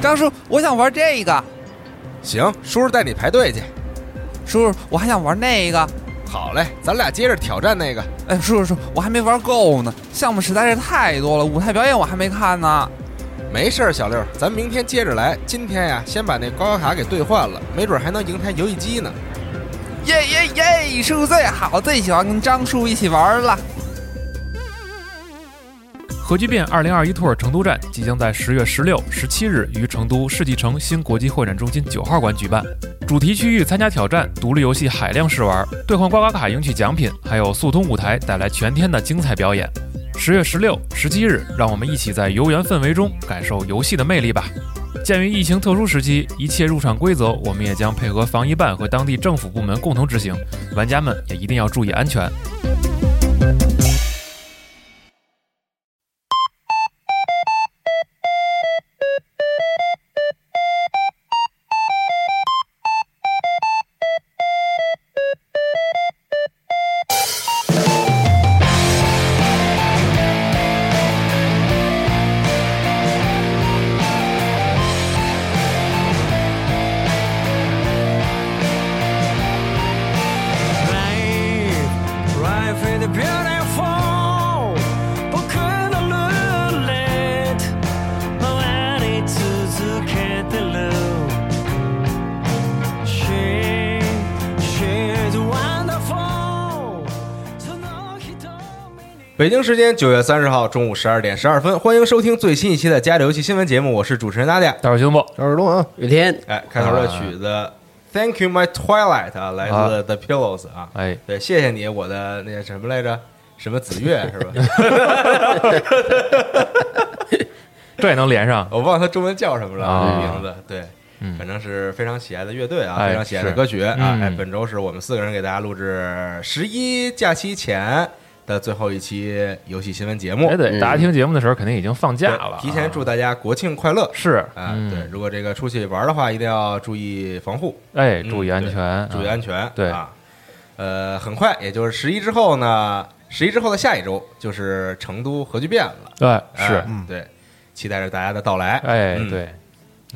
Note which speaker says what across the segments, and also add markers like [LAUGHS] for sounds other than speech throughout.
Speaker 1: 张叔，我想玩这个。
Speaker 2: 行，叔叔带你排队去。
Speaker 1: 叔叔，我还想玩那个。
Speaker 2: 好嘞，咱俩接着挑战那个。
Speaker 1: 哎，叔叔叔，我还没玩够呢，项目实在是太多了，舞台表演我还没看呢。
Speaker 2: 没事儿，小六，咱明天接着来。今天呀，先把那高考卡给兑换了，没准还能赢台游戏机呢。
Speaker 1: 耶耶耶！叔叔最好，最喜欢跟张叔一起玩了。
Speaker 3: 核聚变二零二一兔儿成都站即将在十月十六、十七日于成都世纪城新国际会展中心九号馆举办。主题区域参加挑战，独立游戏海量试玩，兑换刮刮卡赢取奖品，还有速通舞台带来全天的精彩表演。十月十六、十七日，让我们一起在游园氛围中感受游戏的魅力吧。鉴于疫情特殊时期，一切入场规则我们也将配合防疫办和当地政府部门共同执行，玩家们也一定要注意安全。
Speaker 4: Life, life is beautiful，不可能留恋，我爱你続けてる。She, she is wonderful，その瞳に。
Speaker 2: 北京时间九月三十号中午十二点十二分，欢迎收听最新一期的《家里游戏新闻节目》，我是主持人大家。
Speaker 3: 大伙儿行不？
Speaker 5: 耳朵啊，
Speaker 6: 雨天
Speaker 2: 哎，开头的曲子、Thank You My Twilight》啊，来自
Speaker 3: 啊
Speaker 2: The Pillows 啊。
Speaker 3: 哎，
Speaker 2: 对，谢谢你，我的那什么来着？什么子月是吧？
Speaker 3: 这也能连上？
Speaker 2: 我忘了他中文叫什么了，
Speaker 3: 啊
Speaker 2: 这名字。对，
Speaker 3: 嗯
Speaker 2: 反正是非常喜爱的乐队啊，
Speaker 3: 哎
Speaker 2: 非常喜爱的
Speaker 3: 是
Speaker 2: 歌曲啊
Speaker 3: 嗯。
Speaker 2: 哎，本周是我们四个人给大家录制十一假期前的最后一期游戏新闻节目
Speaker 3: 哎，。对，
Speaker 6: 嗯
Speaker 3: 大家听节目的时候肯定已经放假了啊，
Speaker 2: 提前祝大家国庆快乐。
Speaker 3: 是
Speaker 2: 啊，
Speaker 3: 嗯
Speaker 2: 对，如果这个出去玩的话，一定要注意防护，
Speaker 3: 哎，
Speaker 2: 嗯
Speaker 3: 注意安全，
Speaker 2: 注意安全。
Speaker 3: 对
Speaker 2: 啊，呃，很快，也就是十一之后呢，十一之后的下一周就是成都核聚变了。
Speaker 3: 全。对，
Speaker 2: 哎
Speaker 3: 是，嗯
Speaker 2: 对，期待着大家的到来。
Speaker 3: 哎，
Speaker 2: 嗯
Speaker 3: 对，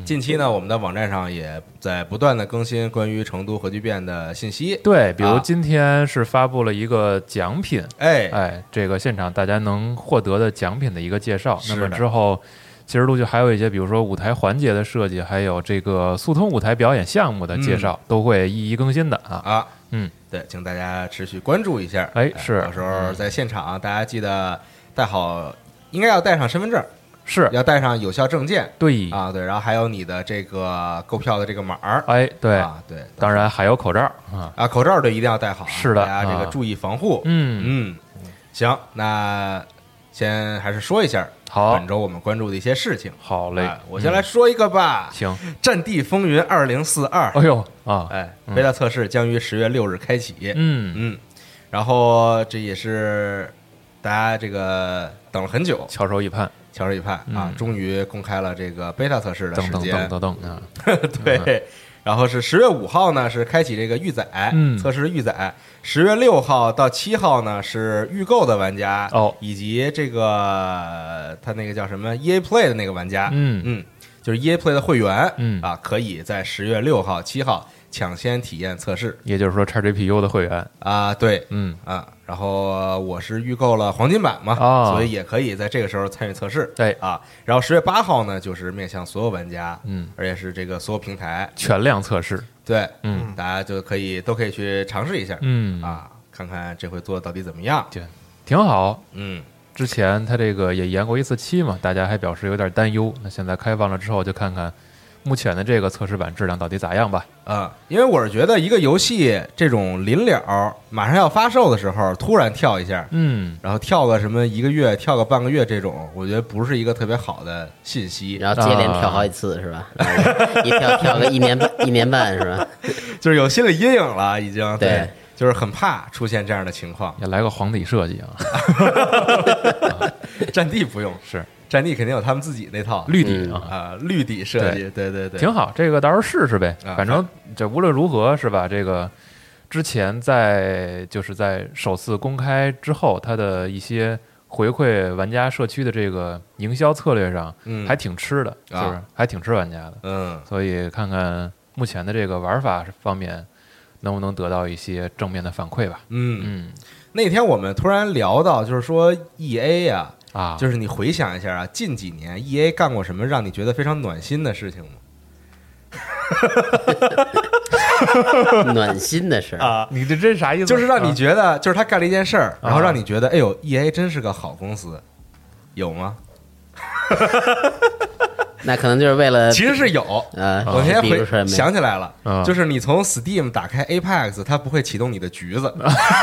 Speaker 2: 近期呢，我们的网站上也在不断的更新关于成都核聚变的信息。
Speaker 3: 对，比如
Speaker 2: 啊
Speaker 3: 今天是发布了一个奖品，
Speaker 2: 哎，
Speaker 3: 哎，这个现场大家能获得的奖品的一个介绍。那
Speaker 2: 是
Speaker 3: 么
Speaker 2: 的
Speaker 3: 之后，其实陆续还有一些，比如说舞台环节的设计，还有这个速通舞台表演项目的介绍，都会一一更新的啊。
Speaker 2: 嗯啊，
Speaker 3: 嗯，
Speaker 2: 对，请大家持续关注一下。
Speaker 3: 哎是
Speaker 2: 到时候在现场，大家记得带好，应该要带上身份证，
Speaker 3: 是嗯
Speaker 2: 要带上有效证件
Speaker 3: 对，
Speaker 2: 啊，对，然后还有你的这个购票的这个码儿。
Speaker 3: 哎对，
Speaker 2: 啊，对，
Speaker 3: 当然还有口罩啊。
Speaker 2: 啊，口罩对，一定要戴好啊，
Speaker 3: 是的
Speaker 2: 大家这个
Speaker 3: 啊
Speaker 2: 注意防护。
Speaker 3: 嗯，
Speaker 2: 嗯，行，那先还是说一下
Speaker 3: 好
Speaker 2: 本，周我们关注的一些事情。
Speaker 3: 好嘞
Speaker 2: 哎，嗯我先来说一个吧，
Speaker 3: 嗯，行，
Speaker 2: 《战地风云二零四二
Speaker 3: 哎》呦啊，
Speaker 2: 哎，
Speaker 3: 嗯
Speaker 2: 贝塔测试将于十月六日开启。
Speaker 3: 嗯，
Speaker 2: 嗯，然后这也是大家这个等了很久，
Speaker 3: 翘首以盼，
Speaker 2: 翘首以盼啊
Speaker 3: 嗯，
Speaker 2: 终于公开了这个贝塔测试的
Speaker 3: 噔
Speaker 2: 时
Speaker 3: 噔噔
Speaker 2: 间。嗯
Speaker 3: 噔噔啊，
Speaker 2: [LAUGHS] 对，然后是十月五号呢是开启这个预载
Speaker 3: 嗯
Speaker 2: 测试预载，十月六号到七号呢是预购的玩家
Speaker 3: 哦
Speaker 2: 以及这个他那个叫什么 EA Play 的那个玩家，
Speaker 3: 嗯
Speaker 2: 嗯，就是 EA Play 的会员，
Speaker 3: 嗯
Speaker 2: 啊，可以在十月六号、七号抢先体验测试
Speaker 3: 也就是说 XGPU 的会员，
Speaker 2: 啊，对。
Speaker 3: 嗯，
Speaker 2: 啊，然后我是预购了黄金版嘛，
Speaker 3: 哦
Speaker 2: 所以也可以在这个时候参与测试。
Speaker 3: 对
Speaker 2: 啊，然后十月八号呢，就是面向所有玩家，
Speaker 3: 嗯，
Speaker 2: 而且是这个所有平台，
Speaker 3: 全量测试，
Speaker 2: 对，
Speaker 3: 嗯，
Speaker 2: 大家就可以都可以去尝试一下，
Speaker 3: 嗯
Speaker 2: 啊，看看这回做的到底怎么样。
Speaker 3: 挺好。
Speaker 2: 嗯，
Speaker 3: 之前它这个也延过一次期嘛，大家还表示有点担忧。那现在开放了之后，就看看目前的这个测试版质量到底咋样吧。
Speaker 2: 啊，因为我是觉得一个游戏这种临了马上要发售的时候，突然跳一下，
Speaker 3: 嗯，
Speaker 2: 然后跳个什么一个月、跳个半个月这种，我觉得不是一个特别好的信息。
Speaker 6: 然后接连跳好几次
Speaker 2: [LAUGHS]
Speaker 6: 是吧？然后一跳跳个一年半，一年半是吧？
Speaker 2: 就是有心理阴影了，已经
Speaker 6: 对
Speaker 2: 就是很怕出现这样的情况。
Speaker 3: 也来个黄底设计啊，
Speaker 2: 战地不用，
Speaker 3: 是
Speaker 2: 战地肯定有他们自己那套
Speaker 3: 绿底啊，
Speaker 2: 啊、绿底设计，对对对，
Speaker 3: 挺好。这个到时候试试呗，
Speaker 2: 啊
Speaker 3: 反正这无论如何是吧？这个之前在就是在首次公开之后，它的一些回馈玩家社区的这个营销策略上，
Speaker 2: 嗯
Speaker 3: 还挺吃的，
Speaker 2: 啊
Speaker 3: 就是还挺吃玩家的。
Speaker 2: 嗯，
Speaker 3: 所以看看目前的这个玩法方面，能不能得到一些正面的反馈吧。
Speaker 2: 嗯，
Speaker 3: 嗯
Speaker 2: 那天我们突然聊到，就是说 E A 啊，
Speaker 3: 啊，
Speaker 2: 就是你回想一下啊，近几年 E A 干过什么让你觉得非常暖心的事情吗？
Speaker 6: 暖心的事儿，
Speaker 2: 啊，
Speaker 3: 你这这啥意思？
Speaker 2: 就是让你
Speaker 3: 啊
Speaker 2: 觉得，就是他干了一件事儿，
Speaker 3: 啊
Speaker 2: 然后让你觉得，哎呦，E A 真是个好公司，有吗？
Speaker 6: 那可能就是为了
Speaker 2: 其实是有。
Speaker 6: 呃，
Speaker 2: 我现在
Speaker 6: 比如说
Speaker 2: 回
Speaker 6: 没有
Speaker 2: 想起来了
Speaker 3: 啊，
Speaker 2: 就是你从 Steam 打开 Apex，它不会启动你的橘
Speaker 3: [LAUGHS]
Speaker 2: 子。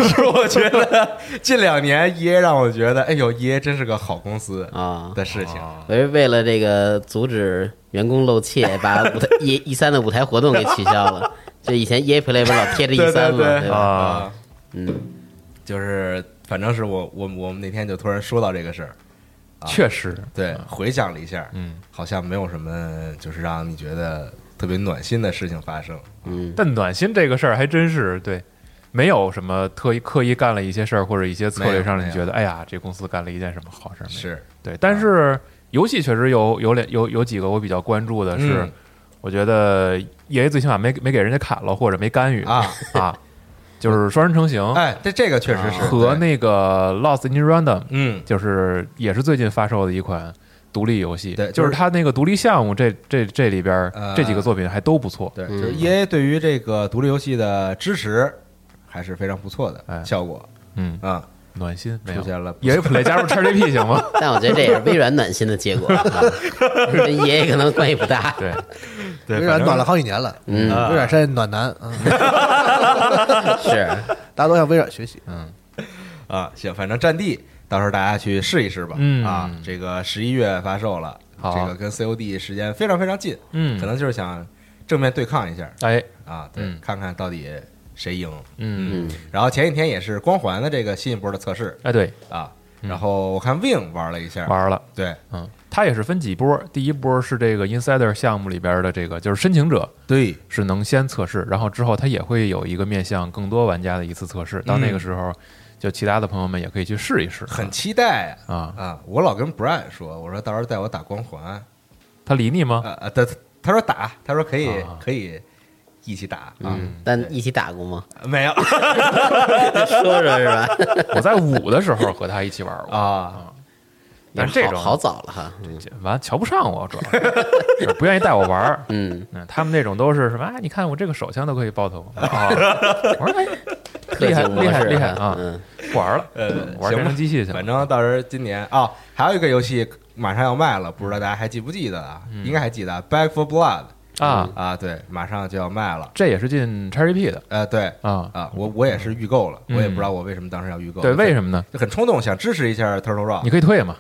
Speaker 2: 是我觉得近两年 EA 让我觉得，哎呦，EA 真是个好公司
Speaker 6: 啊，
Speaker 2: 的事情。
Speaker 6: 我是为了这个阻止员工漏怯，
Speaker 3: [LAUGHS]
Speaker 6: 把舞台 E 一三的舞台活动给取消了。就以前 EA Play 不老贴着 E
Speaker 2: 对
Speaker 6: 三
Speaker 2: 对
Speaker 6: 嘛，
Speaker 2: 对
Speaker 6: 对吧？
Speaker 3: 啊，
Speaker 6: 嗯，
Speaker 2: 就是反正是我我我们那天就突然说到这个事儿，啊
Speaker 3: 确实，
Speaker 2: 对，回想了一下，
Speaker 3: 嗯，
Speaker 2: 好像没有什么就是让你觉得特别暖心的事情发生。
Speaker 6: 嗯，
Speaker 3: 但暖心这个事儿还真是对，没有什么特意刻意干了一些事儿或者一些策略上
Speaker 2: 没有
Speaker 3: 让你觉得，哎呀，这公司干了一件什么好事儿没有？
Speaker 2: 是，
Speaker 3: 对，但是游戏确实有有两有有几个我比较关注的是，
Speaker 2: 嗯
Speaker 3: 我觉得 E A 最起码没没给人家砍了或者没干预
Speaker 2: 啊
Speaker 3: 啊就是双人成行、
Speaker 2: 哎，这这个确实是
Speaker 3: 啊和
Speaker 2: 对
Speaker 3: 那个 Lost in Random，
Speaker 2: 嗯
Speaker 3: 就是也是最近发售的一款独立游戏，
Speaker 2: 对
Speaker 3: 就
Speaker 2: 就是
Speaker 3: 是它那个独立项目这这这里边儿、
Speaker 2: 呃
Speaker 3: 这几个作品还都不错，
Speaker 2: 对，就
Speaker 6: 嗯
Speaker 2: 是 E A 对于这个独立游戏的支持还是非常不错的
Speaker 3: 哎
Speaker 2: 效果
Speaker 3: 嗯，
Speaker 2: 啊，
Speaker 3: 暖心没
Speaker 2: 出
Speaker 3: 有。
Speaker 2: 现了不
Speaker 3: EA Play 加入 XGP 行吗？
Speaker 6: 但我觉得这也是微软暖心的结果，啊、跟 EA 可能关系不大。
Speaker 3: 对，
Speaker 5: 微软暖了好几年了，
Speaker 6: 嗯
Speaker 5: 微软是暖男， [LAUGHS] 嗯
Speaker 6: [LAUGHS] 是，
Speaker 5: 大家都向微软学习。
Speaker 2: [LAUGHS] 啊，行，反正《战地》到时候大家去试一试吧。
Speaker 3: 嗯
Speaker 2: 啊，这个十一月发售了，
Speaker 3: 好
Speaker 2: 这个跟 COD 时间非常非常近，
Speaker 3: 嗯
Speaker 2: 可能就是想正面对抗一下
Speaker 3: 哎，
Speaker 2: 啊，对，
Speaker 3: 嗯
Speaker 2: 看看到底谁赢。
Speaker 3: 嗯，
Speaker 6: 嗯，
Speaker 2: 然后前几天也是光环的这个新一波的测试
Speaker 3: 哎，对，
Speaker 2: 啊，然后我看 Wing 玩了一下，
Speaker 3: 玩了，
Speaker 2: 对
Speaker 3: 嗯，它也是分几波，第一波是这个 Insider 项目里边的这个，就是申请者
Speaker 2: 对，
Speaker 3: 是能先测试，然后之后它也会有一个面向更多玩家的一次测试，到那个时候，就其他的朋友们也可以去试一试，
Speaker 2: 嗯很期待啊。
Speaker 3: 啊，
Speaker 2: 啊，我老跟 Brian 说，我说到时候带我打光环，啊
Speaker 3: 他理你吗？
Speaker 2: 啊，他他说打，他说可以
Speaker 3: 啊
Speaker 2: 可以一起打啊，
Speaker 6: 嗯，但一起打过吗？
Speaker 2: 没有
Speaker 6: 说说是吧？
Speaker 3: 我在五的时候和他一起玩
Speaker 2: [LAUGHS]
Speaker 3: 过，
Speaker 2: 啊，
Speaker 3: 但是这种
Speaker 6: 好好早了哈。嗯
Speaker 3: 完瞧不上我，主要是 [LAUGHS] 就是不愿意带我玩儿。
Speaker 6: 嗯，
Speaker 3: 嗯，他们那种都是什么？哎，你看我这个手枪都可以爆头。啊，我说哎，
Speaker 6: 特
Speaker 3: 厉害
Speaker 6: 警模
Speaker 3: 厉害
Speaker 6: 式
Speaker 3: 厉害
Speaker 6: 哈
Speaker 3: 啊！
Speaker 6: 嗯，
Speaker 3: 不玩了，
Speaker 2: 呃，
Speaker 3: 玩
Speaker 2: 行
Speaker 3: 原
Speaker 2: 吧
Speaker 3: 生机器去了。
Speaker 2: 反正到时候今年啊，还有一个游戏马上要卖了，不知道大家还记不记得啊？
Speaker 3: 嗯
Speaker 2: 应该还记得啊，《Back for Blood》
Speaker 3: 啊，
Speaker 2: 啊，对，马上就要卖了。
Speaker 3: 这也是进 XGP 的
Speaker 2: 呃，对
Speaker 3: 啊。
Speaker 2: 啊，我我也是预购了，我
Speaker 3: 嗯
Speaker 2: 也不知道我为什么当时要预购，
Speaker 3: 对，为
Speaker 2: 么
Speaker 3: 什么呢？
Speaker 2: 就很冲动，想支持一下 Turtle Rock
Speaker 3: 你。可以退嘛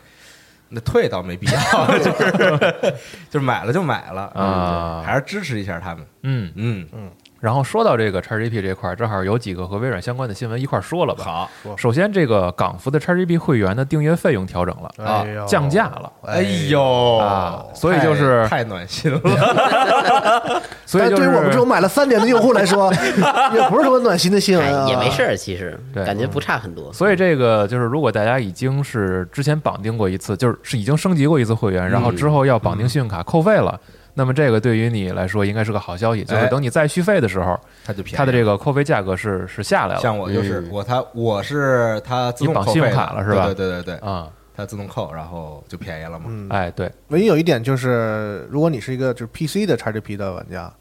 Speaker 2: 那退倒没必
Speaker 3: [LAUGHS]
Speaker 2: 要，就是就是买了就买了
Speaker 3: 啊
Speaker 2: 嗯还是支持一下他们。
Speaker 3: 嗯。
Speaker 2: 嗯，
Speaker 3: 然后说到这个 XGP 这块儿，正好有几个和微软相关的新闻一块儿说了吧。
Speaker 2: 好，
Speaker 3: 首先，这个港服的 XGP 会员的订阅费用调整了，
Speaker 2: 啊
Speaker 5: 哎呦
Speaker 3: 降价了。
Speaker 2: 哎呦
Speaker 3: 啊所以就是
Speaker 2: 太太暖心
Speaker 3: [LAUGHS]
Speaker 2: 了，
Speaker 3: 所以
Speaker 5: 但
Speaker 3: 就是
Speaker 5: 对于我们这种买了三年的用户来 [LAUGHS] 说，也不是什么暖心的新闻啊
Speaker 6: 哎，也没事儿，其实
Speaker 3: 对嗯
Speaker 6: 感觉不差很多。
Speaker 3: 所以这个就是，如果大家已经是之前绑定过一次，就是是已经升级过一次会员，然
Speaker 5: 嗯
Speaker 3: 后之后要绑定信用卡扣费了，那么这个对于你来说应该是个好消息，就是等你再续费的时
Speaker 5: 哎
Speaker 3: 候，
Speaker 2: 他就便宜。
Speaker 3: 它的这个扣费价格是是下来了。
Speaker 2: 像我就是
Speaker 6: 嗯
Speaker 2: 我他我是他自动扣费
Speaker 3: 你绑信
Speaker 2: 的
Speaker 3: 用卡了是吧
Speaker 2: 对对对对对，
Speaker 3: 啊，
Speaker 2: 他自动扣，然后就便宜了嘛。
Speaker 5: 嗯
Speaker 3: 哎，对，
Speaker 5: 唯一有一点就是，如果你是一个就是 PC 的 XGP 的玩家，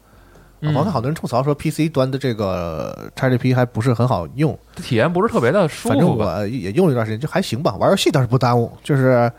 Speaker 5: 我
Speaker 3: 嗯
Speaker 5: 看好多人吐槽说 PC 端的这个 XGP 还不是很好用。
Speaker 3: 体验不是特别的舒
Speaker 5: 反正
Speaker 3: 服吧？
Speaker 5: 我也用了一段时间，就还行吧。玩游戏倒是不耽误，就是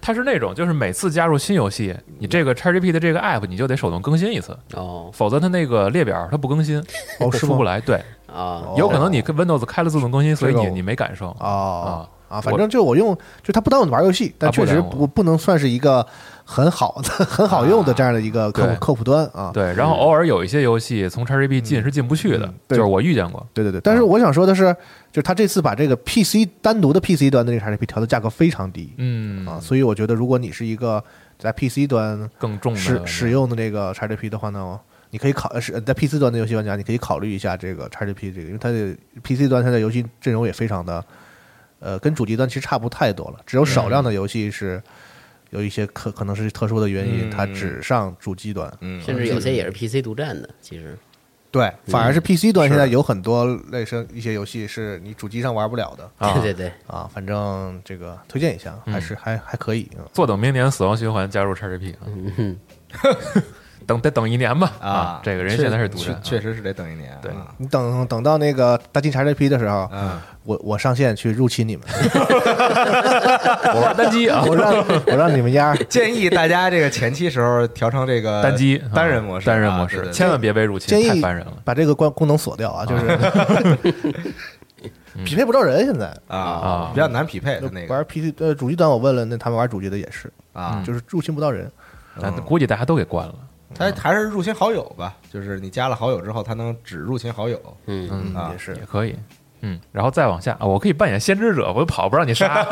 Speaker 3: 它是那种就是每次加入新游戏，你这个 XGP 的这个 app 你就得手动更新一次，
Speaker 6: 哦
Speaker 3: 否则它那个列表它不更新，
Speaker 5: 嗯哦
Speaker 3: 出
Speaker 5: 是
Speaker 3: 不
Speaker 5: 吗？
Speaker 3: 来。对，
Speaker 6: 哦，
Speaker 3: 有可能你跟 Windows 开了自动更新，所以
Speaker 5: 这个
Speaker 3: 你
Speaker 5: 我
Speaker 3: 你没感受。
Speaker 5: 哦啊，反
Speaker 3: 我
Speaker 5: 正就我用，就它不耽误你玩游戏，但
Speaker 3: 它不
Speaker 5: 确实
Speaker 3: 耽误
Speaker 5: 不不能算是一个很好的、很好用的这样的一个客
Speaker 3: 对
Speaker 5: 户客户端啊。
Speaker 3: 对，
Speaker 2: 嗯
Speaker 3: 然后偶尔有一些游戏从 XGP 进是进不去的，
Speaker 5: 嗯
Speaker 3: 就
Speaker 5: 对
Speaker 3: 是我遇见过。
Speaker 5: 对对对，
Speaker 3: 啊
Speaker 5: 但是我想说的是，就是它这次把这个 PC 单独的 PC 端的这个 XGP 调的价格非常低
Speaker 3: 嗯
Speaker 5: 啊，所以我觉得如果你是一个在 PC 端
Speaker 3: 更重的
Speaker 5: 使使用的这个 XGP 的话呢，你可以考呃是呃在 PC 端的游戏玩家，你可以考虑一下这个 XGP 这个，因为它的 PC 端它的游戏阵容也非常的呃，跟主机端其实差不太多了，只有少量的游戏是有一些可可能是特殊的原因，
Speaker 2: 嗯
Speaker 5: 它只上主机端。
Speaker 2: 嗯，
Speaker 6: 甚至有些也是 PC 独占的，其实
Speaker 5: 对，反而是 PC 端
Speaker 2: 是
Speaker 5: 现在有很多类似一些游戏是你主机上玩不了的
Speaker 3: 啊
Speaker 6: [LAUGHS] 对对对，
Speaker 5: 啊。反正这个推荐一下，还是还还可以。嗯
Speaker 3: 坐等明年死亡循环加入 XGP 啊，
Speaker 6: 嗯哼，
Speaker 3: 等得等一年吧
Speaker 2: 啊，
Speaker 3: 这个人现在是独
Speaker 2: 确
Speaker 3: 占，
Speaker 2: 确实是得等一年啊。
Speaker 3: 对
Speaker 5: 你等等到那个大金查这批的时候，
Speaker 2: 嗯，
Speaker 5: 我我上线去入侵你们，
Speaker 3: 我玩单机
Speaker 2: [LAUGHS]
Speaker 3: 啊，
Speaker 5: 我让我让你们家
Speaker 2: 建议大家这个前期时候调成这个
Speaker 3: [LAUGHS] 单机
Speaker 2: 单人模式啊，
Speaker 3: 单人模
Speaker 2: 对
Speaker 3: 式，
Speaker 2: 对对
Speaker 3: 千万别被入侵
Speaker 5: 建，
Speaker 3: 太
Speaker 5: 议
Speaker 3: 烦人了
Speaker 5: 把这个关功能锁掉啊，就是 [LAUGHS] 匹配不着人现在。
Speaker 2: 啊
Speaker 3: 啊，
Speaker 2: 比较难匹配的哎那个
Speaker 5: 玩 PC 呃主机端，我问了，那他们玩主机的也是，
Speaker 2: 啊
Speaker 3: 嗯，
Speaker 5: 就是入侵不到人。
Speaker 2: 嗯
Speaker 3: 那估计大家都给关了。
Speaker 2: 它还是入侵好友吧，就是你加了好友之后，它能只入侵好友。
Speaker 6: 嗯，
Speaker 3: 嗯
Speaker 2: 啊
Speaker 5: 也是
Speaker 3: 也可以，嗯，然后再往下啊，我可以扮演先知者，我就跑不让你杀，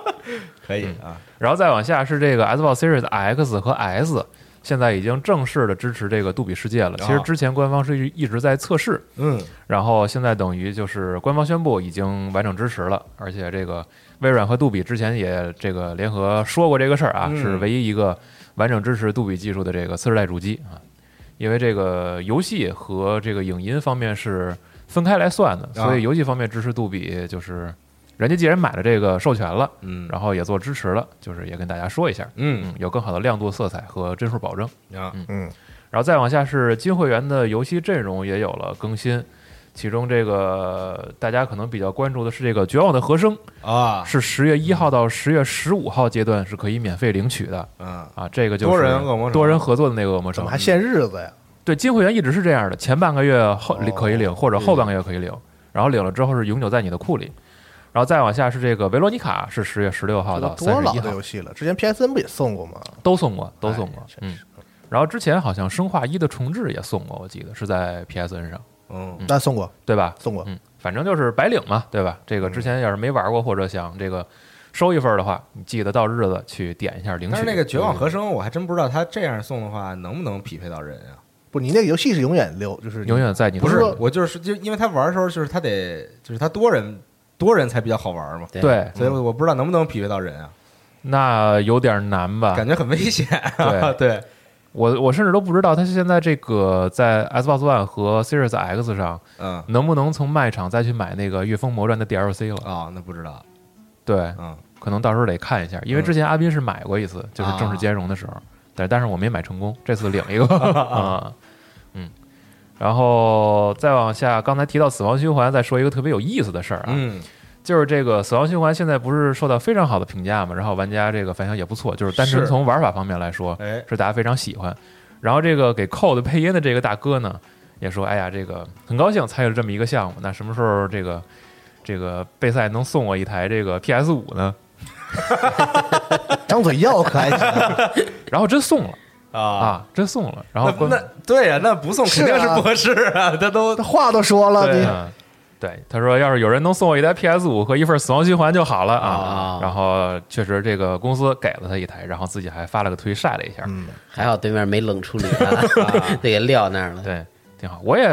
Speaker 2: [LAUGHS] 可
Speaker 3: 嗯
Speaker 2: 以啊，
Speaker 3: 然后再往下是这个 Xbox Series X 和 S，现在已经正式的支持这个杜比世界
Speaker 2: 哦
Speaker 3: 了。其实之前官方是一直在测试，
Speaker 2: 嗯，
Speaker 3: 然后现在等于就是官方宣布已经完整支持了，而且这个微软和杜比之前也这个联合说过这个事儿啊，
Speaker 2: 嗯
Speaker 3: 是唯一一个完整支持杜比技术的这个次世代主机啊。因为这个游戏和这个影音方面是分开来算的，所以游戏方面支持杜比就是人家既然买了这个授权了，
Speaker 2: 嗯，
Speaker 3: 然后也做支持了，就是也跟大家说一下，
Speaker 2: 嗯
Speaker 3: 嗯，有嗯更好的亮度、色彩和帧数保证。
Speaker 2: 啊，
Speaker 3: 然后再往下是金会员的游戏阵容也有了更新，其中这个大家可能比较关注的是这个《绝望的和声》，
Speaker 2: 啊，
Speaker 3: 是十月一号到十月十五号阶段是可以免费领取的
Speaker 2: 嗯
Speaker 3: 啊。这个就是
Speaker 2: 多人恶魔城
Speaker 3: 多人合作的那个恶魔
Speaker 5: 怎
Speaker 3: 城
Speaker 5: 么，还限日子呀？
Speaker 3: 对金会员一直是这样的，前半个月后
Speaker 5: 哦
Speaker 3: 可以领，或者后半个月可以领，然后领了之后是永久在你的库里。然后再往下是这个维罗妮卡，是十月十六号
Speaker 5: 这都
Speaker 3: 到
Speaker 5: 多
Speaker 3: 三十
Speaker 5: 老
Speaker 3: 一
Speaker 5: 的
Speaker 3: 号。
Speaker 5: 游戏了，之前 PSN 不也送过吗？
Speaker 3: 都送过，都送过
Speaker 5: 哎，真
Speaker 3: 嗯。然后之前好像《生化一》的重置也送过，我记得是在 PSN 上，
Speaker 2: 嗯
Speaker 5: 那啊送过，
Speaker 3: 对吧？
Speaker 5: 送过。
Speaker 3: 嗯，反正就是白领嘛，对吧？这个之前要是没玩过或者想这个收一份儿的话，你记得到日子去点一下领取。
Speaker 2: 但是那个绝望和声，我还真不知道他这样送的话能不能匹配到人啊？
Speaker 5: 不，你那个游戏是永远留，就是
Speaker 3: 永远在你的
Speaker 2: 不是
Speaker 3: 手里
Speaker 2: 我就是就因为他玩的时候，就是他得就是他多人多人才比较好玩嘛，
Speaker 6: 对
Speaker 3: 对，
Speaker 2: 所以我不知道能不能匹配到人啊，
Speaker 3: 那有点难吧？
Speaker 2: 感觉很危险。啊 [LAUGHS] 对，
Speaker 3: 我我甚至都不知道它现在这个在 Xbox One 和 Series X 上
Speaker 2: 嗯
Speaker 3: 能不能从卖场再去买那个《御风魔传》的 DLC 了。
Speaker 2: 啊，那不知道，
Speaker 3: 对，
Speaker 2: 嗯
Speaker 3: 可能到时候得看一下，因为之前阿斌是买过一
Speaker 2: 啊
Speaker 3: 次，就是正式兼容的时候，但但是我没买成
Speaker 2: [LAUGHS]
Speaker 3: 功，这次领一个啊，嗯，然后再往下，刚才提到死亡循环，再说一个特别有意思的事儿啊，
Speaker 2: 嗯
Speaker 3: 就是这个死亡循环现在不是受到非常好的评价嘛，然后玩家这个反响也不错，就是单纯
Speaker 2: 是
Speaker 3: 从玩法方面来说，
Speaker 2: 哎
Speaker 3: 是大家非常喜欢。然后这个给 Code 配音的这个大哥呢，也说，哎呀，这个很高兴参与了这么一个项目，那什么时候这个这个备赛能送我一台这个 PS 五呢？
Speaker 5: [LAUGHS] 张嘴要可还行，
Speaker 3: 然后真送了
Speaker 2: 啊。
Speaker 3: 啊，真送了。然后
Speaker 2: 那
Speaker 3: 关
Speaker 2: 那对呀、那不送肯定
Speaker 5: 是
Speaker 2: 是
Speaker 5: 啊
Speaker 2: 不合适啊，他都
Speaker 5: 话都说了，
Speaker 2: 对
Speaker 5: 你
Speaker 3: 嗯对他说，要是有人能送我一台 PS 五和一份死亡循环就好了啊
Speaker 6: 啊。
Speaker 3: 然后确实这个公司给了他一台，然后自己还发了个推晒了一
Speaker 2: 嗯
Speaker 3: 下，
Speaker 5: 嗯
Speaker 6: 还好对面没冷处理
Speaker 2: [LAUGHS]
Speaker 6: 他， [LAUGHS] 那给撂那儿了。
Speaker 3: 对，挺好。我也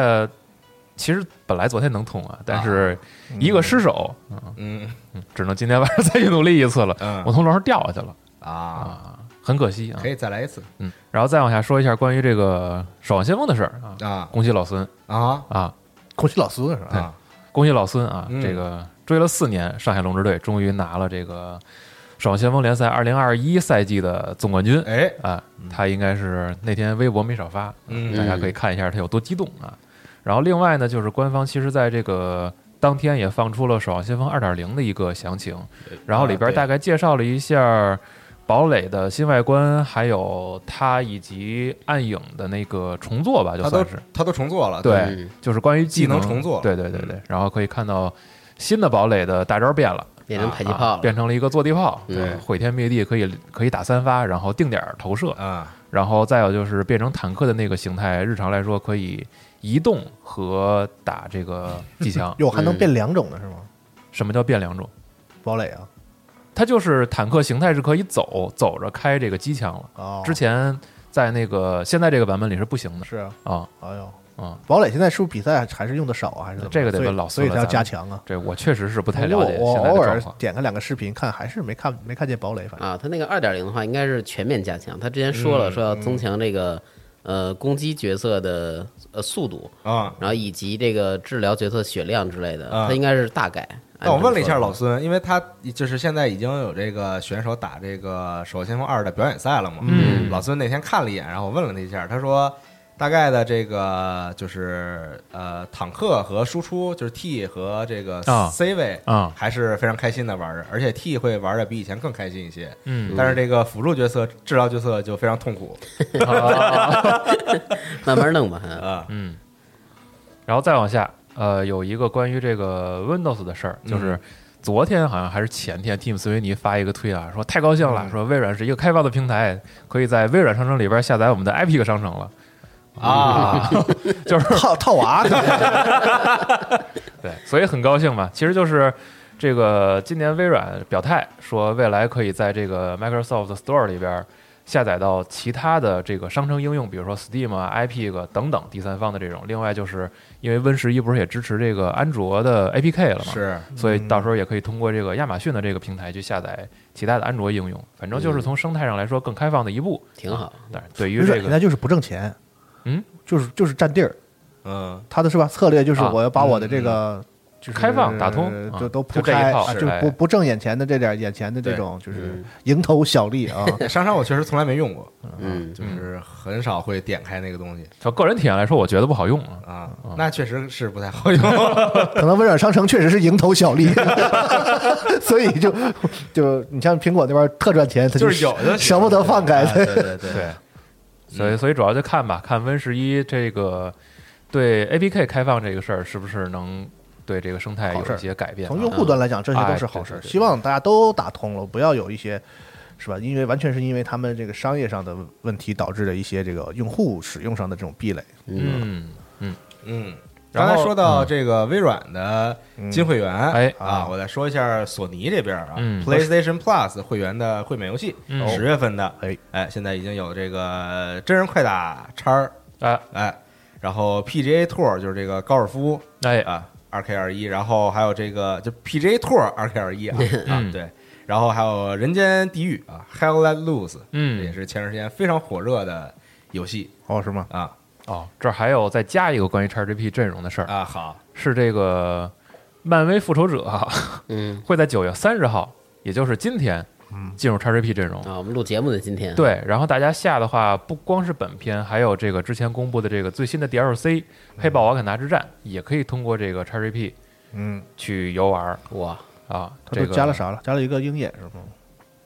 Speaker 3: 其实本来昨天能通啊，但是一个失手，
Speaker 2: 嗯
Speaker 3: 嗯只能今天晚上再去努力一次了。
Speaker 2: 嗯
Speaker 3: 我从楼上掉下去了
Speaker 2: 啊，
Speaker 3: 啊，很可惜啊
Speaker 2: 可。以再来一次
Speaker 3: 嗯，然后再往下说一下关于这个《守望先锋》的事儿啊。
Speaker 2: 啊
Speaker 3: 恭喜老孙
Speaker 2: 啊
Speaker 3: 啊！
Speaker 5: 恭喜老孙是吧？。
Speaker 2: 啊！
Speaker 3: 恭喜老孙啊！
Speaker 2: 嗯
Speaker 3: 这个追了四年，上海龙之队终于拿了这个守望先锋联赛二零二一赛季的总冠军。
Speaker 2: 哎，
Speaker 3: 啊，他应该是那天微博没少发，
Speaker 2: 嗯
Speaker 3: 大家可以看一下他有多激动啊。然后另外呢，就是官方其实在这个当天也放出了《守望先锋》二点零的一个详情，然
Speaker 2: 啊
Speaker 3: 后里边大概介绍了一下堡垒的新外观，还有他以及暗影的那个重做吧，就
Speaker 2: 他都
Speaker 3: 算是
Speaker 2: 他都重做了，
Speaker 3: 啊对，
Speaker 6: 嗯
Speaker 3: 就是关于技能
Speaker 2: 技能重做
Speaker 3: 对对对对，然后可以看到新的堡垒的大招变了，
Speaker 6: 变成迫击
Speaker 3: 啊
Speaker 6: 炮了，
Speaker 3: 变成了一个坐地炮，
Speaker 6: 嗯
Speaker 3: 对，毁天灭地，可以可以打三发，然后定点投射，
Speaker 2: 啊，
Speaker 3: 然后再有就是变成坦克的那个形态，日常来说可以移动和打这个机枪
Speaker 5: [LAUGHS] 哟，还能变两种呢是吗？
Speaker 3: 什么叫变两种？
Speaker 5: 堡垒啊，
Speaker 3: 它就是坦克形态是可以走走着开这个机枪了，
Speaker 5: 哦，
Speaker 3: 之前在那个现在这个版本里是不行的
Speaker 5: 是啊，
Speaker 3: 啊
Speaker 5: 哎呦，
Speaker 3: 啊、啊。
Speaker 5: 堡垒现在是不是比赛还是用的少啊？还是怎么着
Speaker 3: 这个得
Speaker 5: 所以
Speaker 3: 问老
Speaker 5: 所以
Speaker 3: 孙了
Speaker 5: 他要
Speaker 3: 咱们
Speaker 5: 加强啊。
Speaker 3: 这我确实是不太了解
Speaker 5: 我我
Speaker 3: 现在的
Speaker 5: 偶尔
Speaker 3: 状况。
Speaker 5: 点开两个视频看，还是没看没看见堡垒，反正
Speaker 6: 啊，他那个二点零的话，应该是全面加强。他之前说
Speaker 2: 嗯
Speaker 6: 了，说要增强这个呃攻击角色的呃速度，
Speaker 2: 啊。
Speaker 6: 然后以及这个治疗角色血量之类的，
Speaker 2: 啊
Speaker 6: 他应该是大改。
Speaker 2: 那我问了一下
Speaker 6: 按
Speaker 2: 老孙，因为他就是现在已经有这个选手打这个《守望先锋二》的表演赛了嘛。
Speaker 3: 嗯
Speaker 2: 老孙那天看了一眼，然后我问了他一下，他说大概的这个就是呃坦克和输出就是 T 和这个
Speaker 3: 啊
Speaker 2: C 位
Speaker 3: 啊
Speaker 2: 还是非常开心的玩着，而且 T 会玩的比以前更开心一些。 [LAUGHS]
Speaker 3: 嗯，
Speaker 2: 但是这个辅助角色、治疗角色就非常痛苦
Speaker 6: 这么说 [LAUGHS] 慢慢弄吧。嗯
Speaker 2: 啊。
Speaker 3: 嗯，然后再往下，呃，有一个关于这个 Windows 的事儿，就是昨天好像还是前天，Team 斯维尼发一个推啊，说太高兴了，说微软是一个开放的平台，可以在微软商城里边下载我们的 Epic 商城了。
Speaker 2: 啊，
Speaker 3: 就是
Speaker 5: 套套
Speaker 3: [LAUGHS]
Speaker 5: 娃可能
Speaker 3: 对，所以很高兴嘛。其实就是这个今年微软表态说，未来可以在这个 Microsoft Store 里边下载到其他的这个商城应用，比如说 Steam 啊、iPig 等等第三方的这种。另外，就是因为 Win 十一不是也支持这个安卓的 APK 了嘛，
Speaker 2: 是
Speaker 5: 嗯
Speaker 3: 所以到时候也可以通过这个亚马逊的这个平台去下载其他的安卓应用。反正就是从生态上来说更开放的一步，
Speaker 6: 挺好。
Speaker 3: 但是对于
Speaker 5: 微软
Speaker 3: 这
Speaker 5: 现
Speaker 3: 个
Speaker 5: 在就是嗯不挣钱，
Speaker 3: 嗯，
Speaker 5: 就是就是占地儿， [LAUGHS]
Speaker 2: 嗯
Speaker 5: 他的是吧？策略就是
Speaker 3: 啊嗯
Speaker 5: 我要把我的这个就是
Speaker 3: 开放打通啊
Speaker 5: 就都铺
Speaker 3: 就这一
Speaker 5: 开，
Speaker 3: 套
Speaker 5: 啊
Speaker 3: 是
Speaker 5: 就
Speaker 3: 哎
Speaker 5: 不不挣眼前的这点眼前的这
Speaker 2: 对
Speaker 5: 种就是
Speaker 6: 嗯
Speaker 5: 蝇头小利啊。
Speaker 2: 商场我确实从来没用过，啊
Speaker 6: 嗯，
Speaker 2: 就是很少会点开那个东西
Speaker 3: 从个人体验来说，我觉得不好用啊。
Speaker 2: 啊
Speaker 3: 嗯，
Speaker 2: 那确实是不太好用。
Speaker 5: 可能微软商城确实是蝇头小利， [LAUGHS] 所以就就你像苹果那边特赚钱，它
Speaker 2: [LAUGHS] 就是有的
Speaker 5: 舍不得放开 [LAUGHS]
Speaker 2: 啊对对对
Speaker 3: 对，所
Speaker 5: 嗯
Speaker 3: 以所以主要就看吧，看 Win 十一这个对 APK 开放这个事儿是不是能对这个生态
Speaker 5: 好事
Speaker 3: 有
Speaker 5: 儿
Speaker 3: 一些改变啊。
Speaker 5: 从用户端来讲，这些都是
Speaker 3: 哎
Speaker 5: 好事
Speaker 3: 对
Speaker 5: 儿。
Speaker 3: 对对
Speaker 5: 希望大家都打通了，不要有一些是吧？因为完全是因为他们这个商业上的问题导致的一些这个用户使用上的这种壁垒。
Speaker 6: 嗯，
Speaker 3: 嗯，
Speaker 2: 嗯，
Speaker 3: 然
Speaker 2: 刚
Speaker 3: 后
Speaker 2: 才说到这个微软的金会员，
Speaker 3: 哎
Speaker 2: 嗯啊，我再说一下索尼这边啊
Speaker 3: 嗯
Speaker 2: ，PlayStation Plus 会员的会免游戏，
Speaker 3: 嗯
Speaker 2: 十月份的，
Speaker 5: 哎
Speaker 2: 哎，现在已经有这个真人快打叉儿，
Speaker 3: 啊，
Speaker 2: 哎，然后 PGA Tour 就是这个高尔夫
Speaker 3: 哎，
Speaker 2: 啊，二 K 二一，然后还有这个就 PGA Tour 二 K 二一啊啊
Speaker 3: 嗯
Speaker 2: 对，然后还有人间地狱啊，Hell Let Loose，这也
Speaker 3: 嗯，
Speaker 2: 是前段时间非常火热的游戏
Speaker 5: 哦，是吗？
Speaker 2: 啊
Speaker 3: 哦，这儿还有再加一个关于 XGP 阵容的事儿，
Speaker 2: 啊，好，
Speaker 3: 是这个漫威复仇者啊
Speaker 6: 嗯，
Speaker 3: 会在九月三十号，也就是今天
Speaker 5: 嗯
Speaker 3: 进入 XGP 阵容。
Speaker 6: 啊，我们录节目的今天，，
Speaker 3: 对，然后大家下的话，不光是本片，还有这个之前公布的这个最新的 DLC《黑豹瓦坎达之战》，也可以通过这个 XGP
Speaker 5: 嗯，
Speaker 3: 去游玩。
Speaker 6: 哇，
Speaker 3: 啊，
Speaker 5: 它
Speaker 3: 这
Speaker 5: 都
Speaker 3: 个
Speaker 5: 加了啥了？加了一个鹰眼是吗？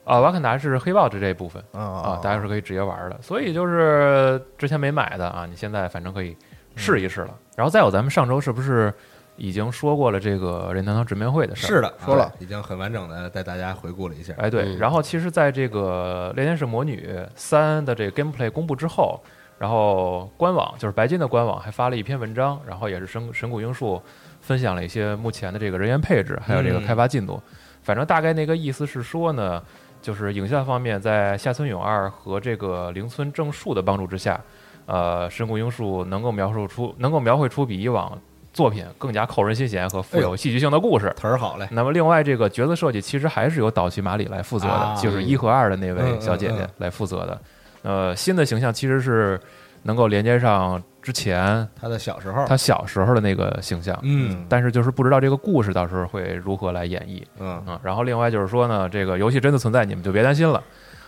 Speaker 3: 啊？瓦坎达是黑豹的这一部分
Speaker 5: 啊
Speaker 3: 啊，大家是可以直接玩的。所以就是之前没买的啊，你现在反正可以试一试了。然后再有，咱们上周是不是已经说过了这个任天堂直面会的事儿？
Speaker 2: 是的，
Speaker 5: 说了
Speaker 2: 啊，已经很完整的带大家回顾了一下。
Speaker 3: 哎，对，
Speaker 6: 嗯
Speaker 3: 然后其实在这个《猎天使魔女三》的这个 gameplay 公布之后，然后官网就是白金的官网还发了一篇文章，然后也是神神谷英树分享了一些目前的这个人员配置，还有这个
Speaker 2: 嗯
Speaker 3: 开发进度。反正大概那个意思是说呢，就是影像方面，在下村勇二和这个铃村正树的帮助之下，呃，神谷英树能够描述出能够描绘出比以往作品更加扣人心弦和富
Speaker 2: 哎
Speaker 3: 有戏剧性的故事。
Speaker 2: 词儿好嘞，
Speaker 3: 那么另外这个角色设计其实还是由岛崎麻里来负责的，
Speaker 2: 啊
Speaker 3: 就是一和二的那位
Speaker 2: 嗯
Speaker 3: 小姐
Speaker 2: 嗯
Speaker 3: 姐
Speaker 2: 嗯
Speaker 3: 来负责的。呃，新的形象其实是能够连接上之前
Speaker 2: 他的小时候，
Speaker 3: 她小时候的那个形象，
Speaker 2: 嗯
Speaker 3: 但是就是不知道这个故事到时候会如何来演绎
Speaker 2: 嗯，
Speaker 3: 嗯。然后另外就是说呢，这个游戏真的存在，你们就别担心了。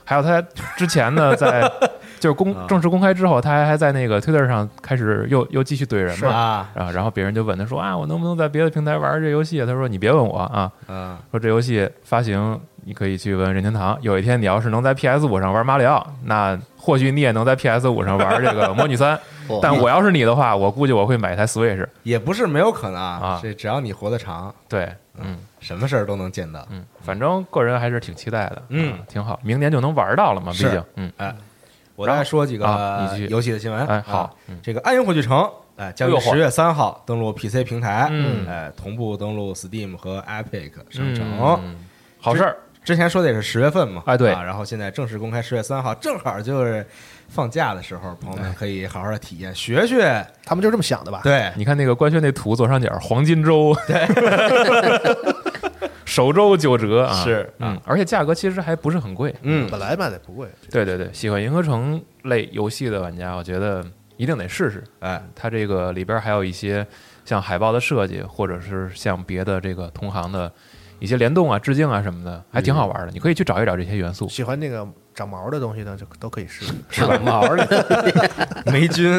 Speaker 3: 还有他之前
Speaker 2: [LAUGHS]
Speaker 3: 呢，在就是公
Speaker 2: 啊
Speaker 3: 正式公开之后，他还还在那个推特上开始又又继续怼人
Speaker 2: 是
Speaker 3: 嘛。
Speaker 2: 啊，
Speaker 3: 啊，然后别人就问他说啊，我能不能在别的平台玩这游戏啊？他说你别问我啊，
Speaker 2: 嗯，
Speaker 3: 说这游戏发行，你可以去问任天堂。有一天你要是能在 PS 五上玩马里奥，那或许你也能在 PS 五上玩这个魔女 [LAUGHS] 三。
Speaker 6: 嚯
Speaker 3: 但我要是你的话，我估计我会买一台 Switch。
Speaker 2: 也不是没有可能啊
Speaker 3: 啊，
Speaker 2: 这只要你活得长，
Speaker 3: 对，嗯
Speaker 2: 什么事儿都能见到。
Speaker 3: 嗯，反正个人还是挺期待的，
Speaker 2: 嗯
Speaker 3: 啊挺好，明年就能玩到了嘛，毕
Speaker 2: 是
Speaker 3: 竟，嗯，
Speaker 2: 我再说几
Speaker 3: 啊
Speaker 2: 个
Speaker 3: 你继续
Speaker 2: 游戏的新闻。
Speaker 3: 哎，
Speaker 2: 啊
Speaker 3: 好，，嗯
Speaker 2: 这个《暗影火炬城》哎，将于
Speaker 3: 哎呦嚯
Speaker 2: 十月三号登陆 PC 平台，
Speaker 3: 嗯
Speaker 2: 哎，同步登陆 Steam 和 Epic 商城。
Speaker 3: 嗯好事儿，
Speaker 2: 之前说的也是十月份嘛，
Speaker 3: 哎对
Speaker 2: 啊然后现在正式公开十月三号，正好就是放假的时候，朋友们可以好好的体验学学，
Speaker 5: 他们就这么想的吧？
Speaker 2: 对，
Speaker 3: 你看那个官宣那图左上角，黄金周， [LAUGHS] 首周九折啊，
Speaker 2: 是
Speaker 3: 嗯，而且价格其实还不是很贵。
Speaker 2: 嗯，
Speaker 5: 本来卖的不贵，
Speaker 3: 对对对，喜欢银河城类游戏的玩家，我觉得一定得试试。
Speaker 2: 哎，
Speaker 3: 它这个里边还有一些像海报的设计，或者是像别的这个同行的一些联动啊、致敬啊什么的，还
Speaker 2: 嗯
Speaker 3: 挺好玩的。你可以去找一找这些元素。
Speaker 5: 喜欢那个长毛的东西呢，就都可以试。
Speaker 6: 长毛
Speaker 2: [LAUGHS]
Speaker 6: 的，
Speaker 3: [LAUGHS]
Speaker 2: 霉菌。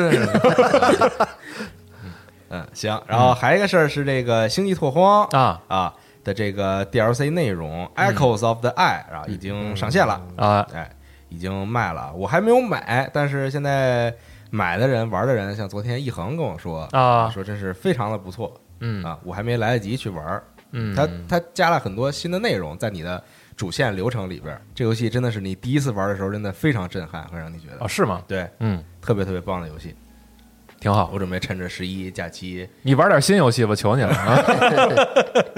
Speaker 2: 嗯，行，然后还有一个事儿是这个《星际拓荒》
Speaker 3: 啊
Speaker 2: 啊的这个 DLC 内容《Echoes of the Eye》，然后已经上线了，
Speaker 3: 啊，
Speaker 2: 哎，已经卖了，我还没有买，但是现在买的人、玩的人，像昨天一恒跟我说
Speaker 3: 啊
Speaker 2: 说真是非常的不错
Speaker 3: 嗯
Speaker 2: 啊，我还没来得及去玩儿，
Speaker 3: 嗯，
Speaker 2: 它它加了很多新的内容在你的主线流程里边儿，这游戏真的是你第一次玩的时候，真的非常震撼，会让你觉
Speaker 3: 哦
Speaker 2: 得
Speaker 3: 是吗？
Speaker 2: 对，
Speaker 3: 嗯，
Speaker 2: 特别特别棒的游戏。
Speaker 3: 挺好。
Speaker 2: 我准备趁着十一假期
Speaker 3: 你玩点新游戏吧，求你了啊，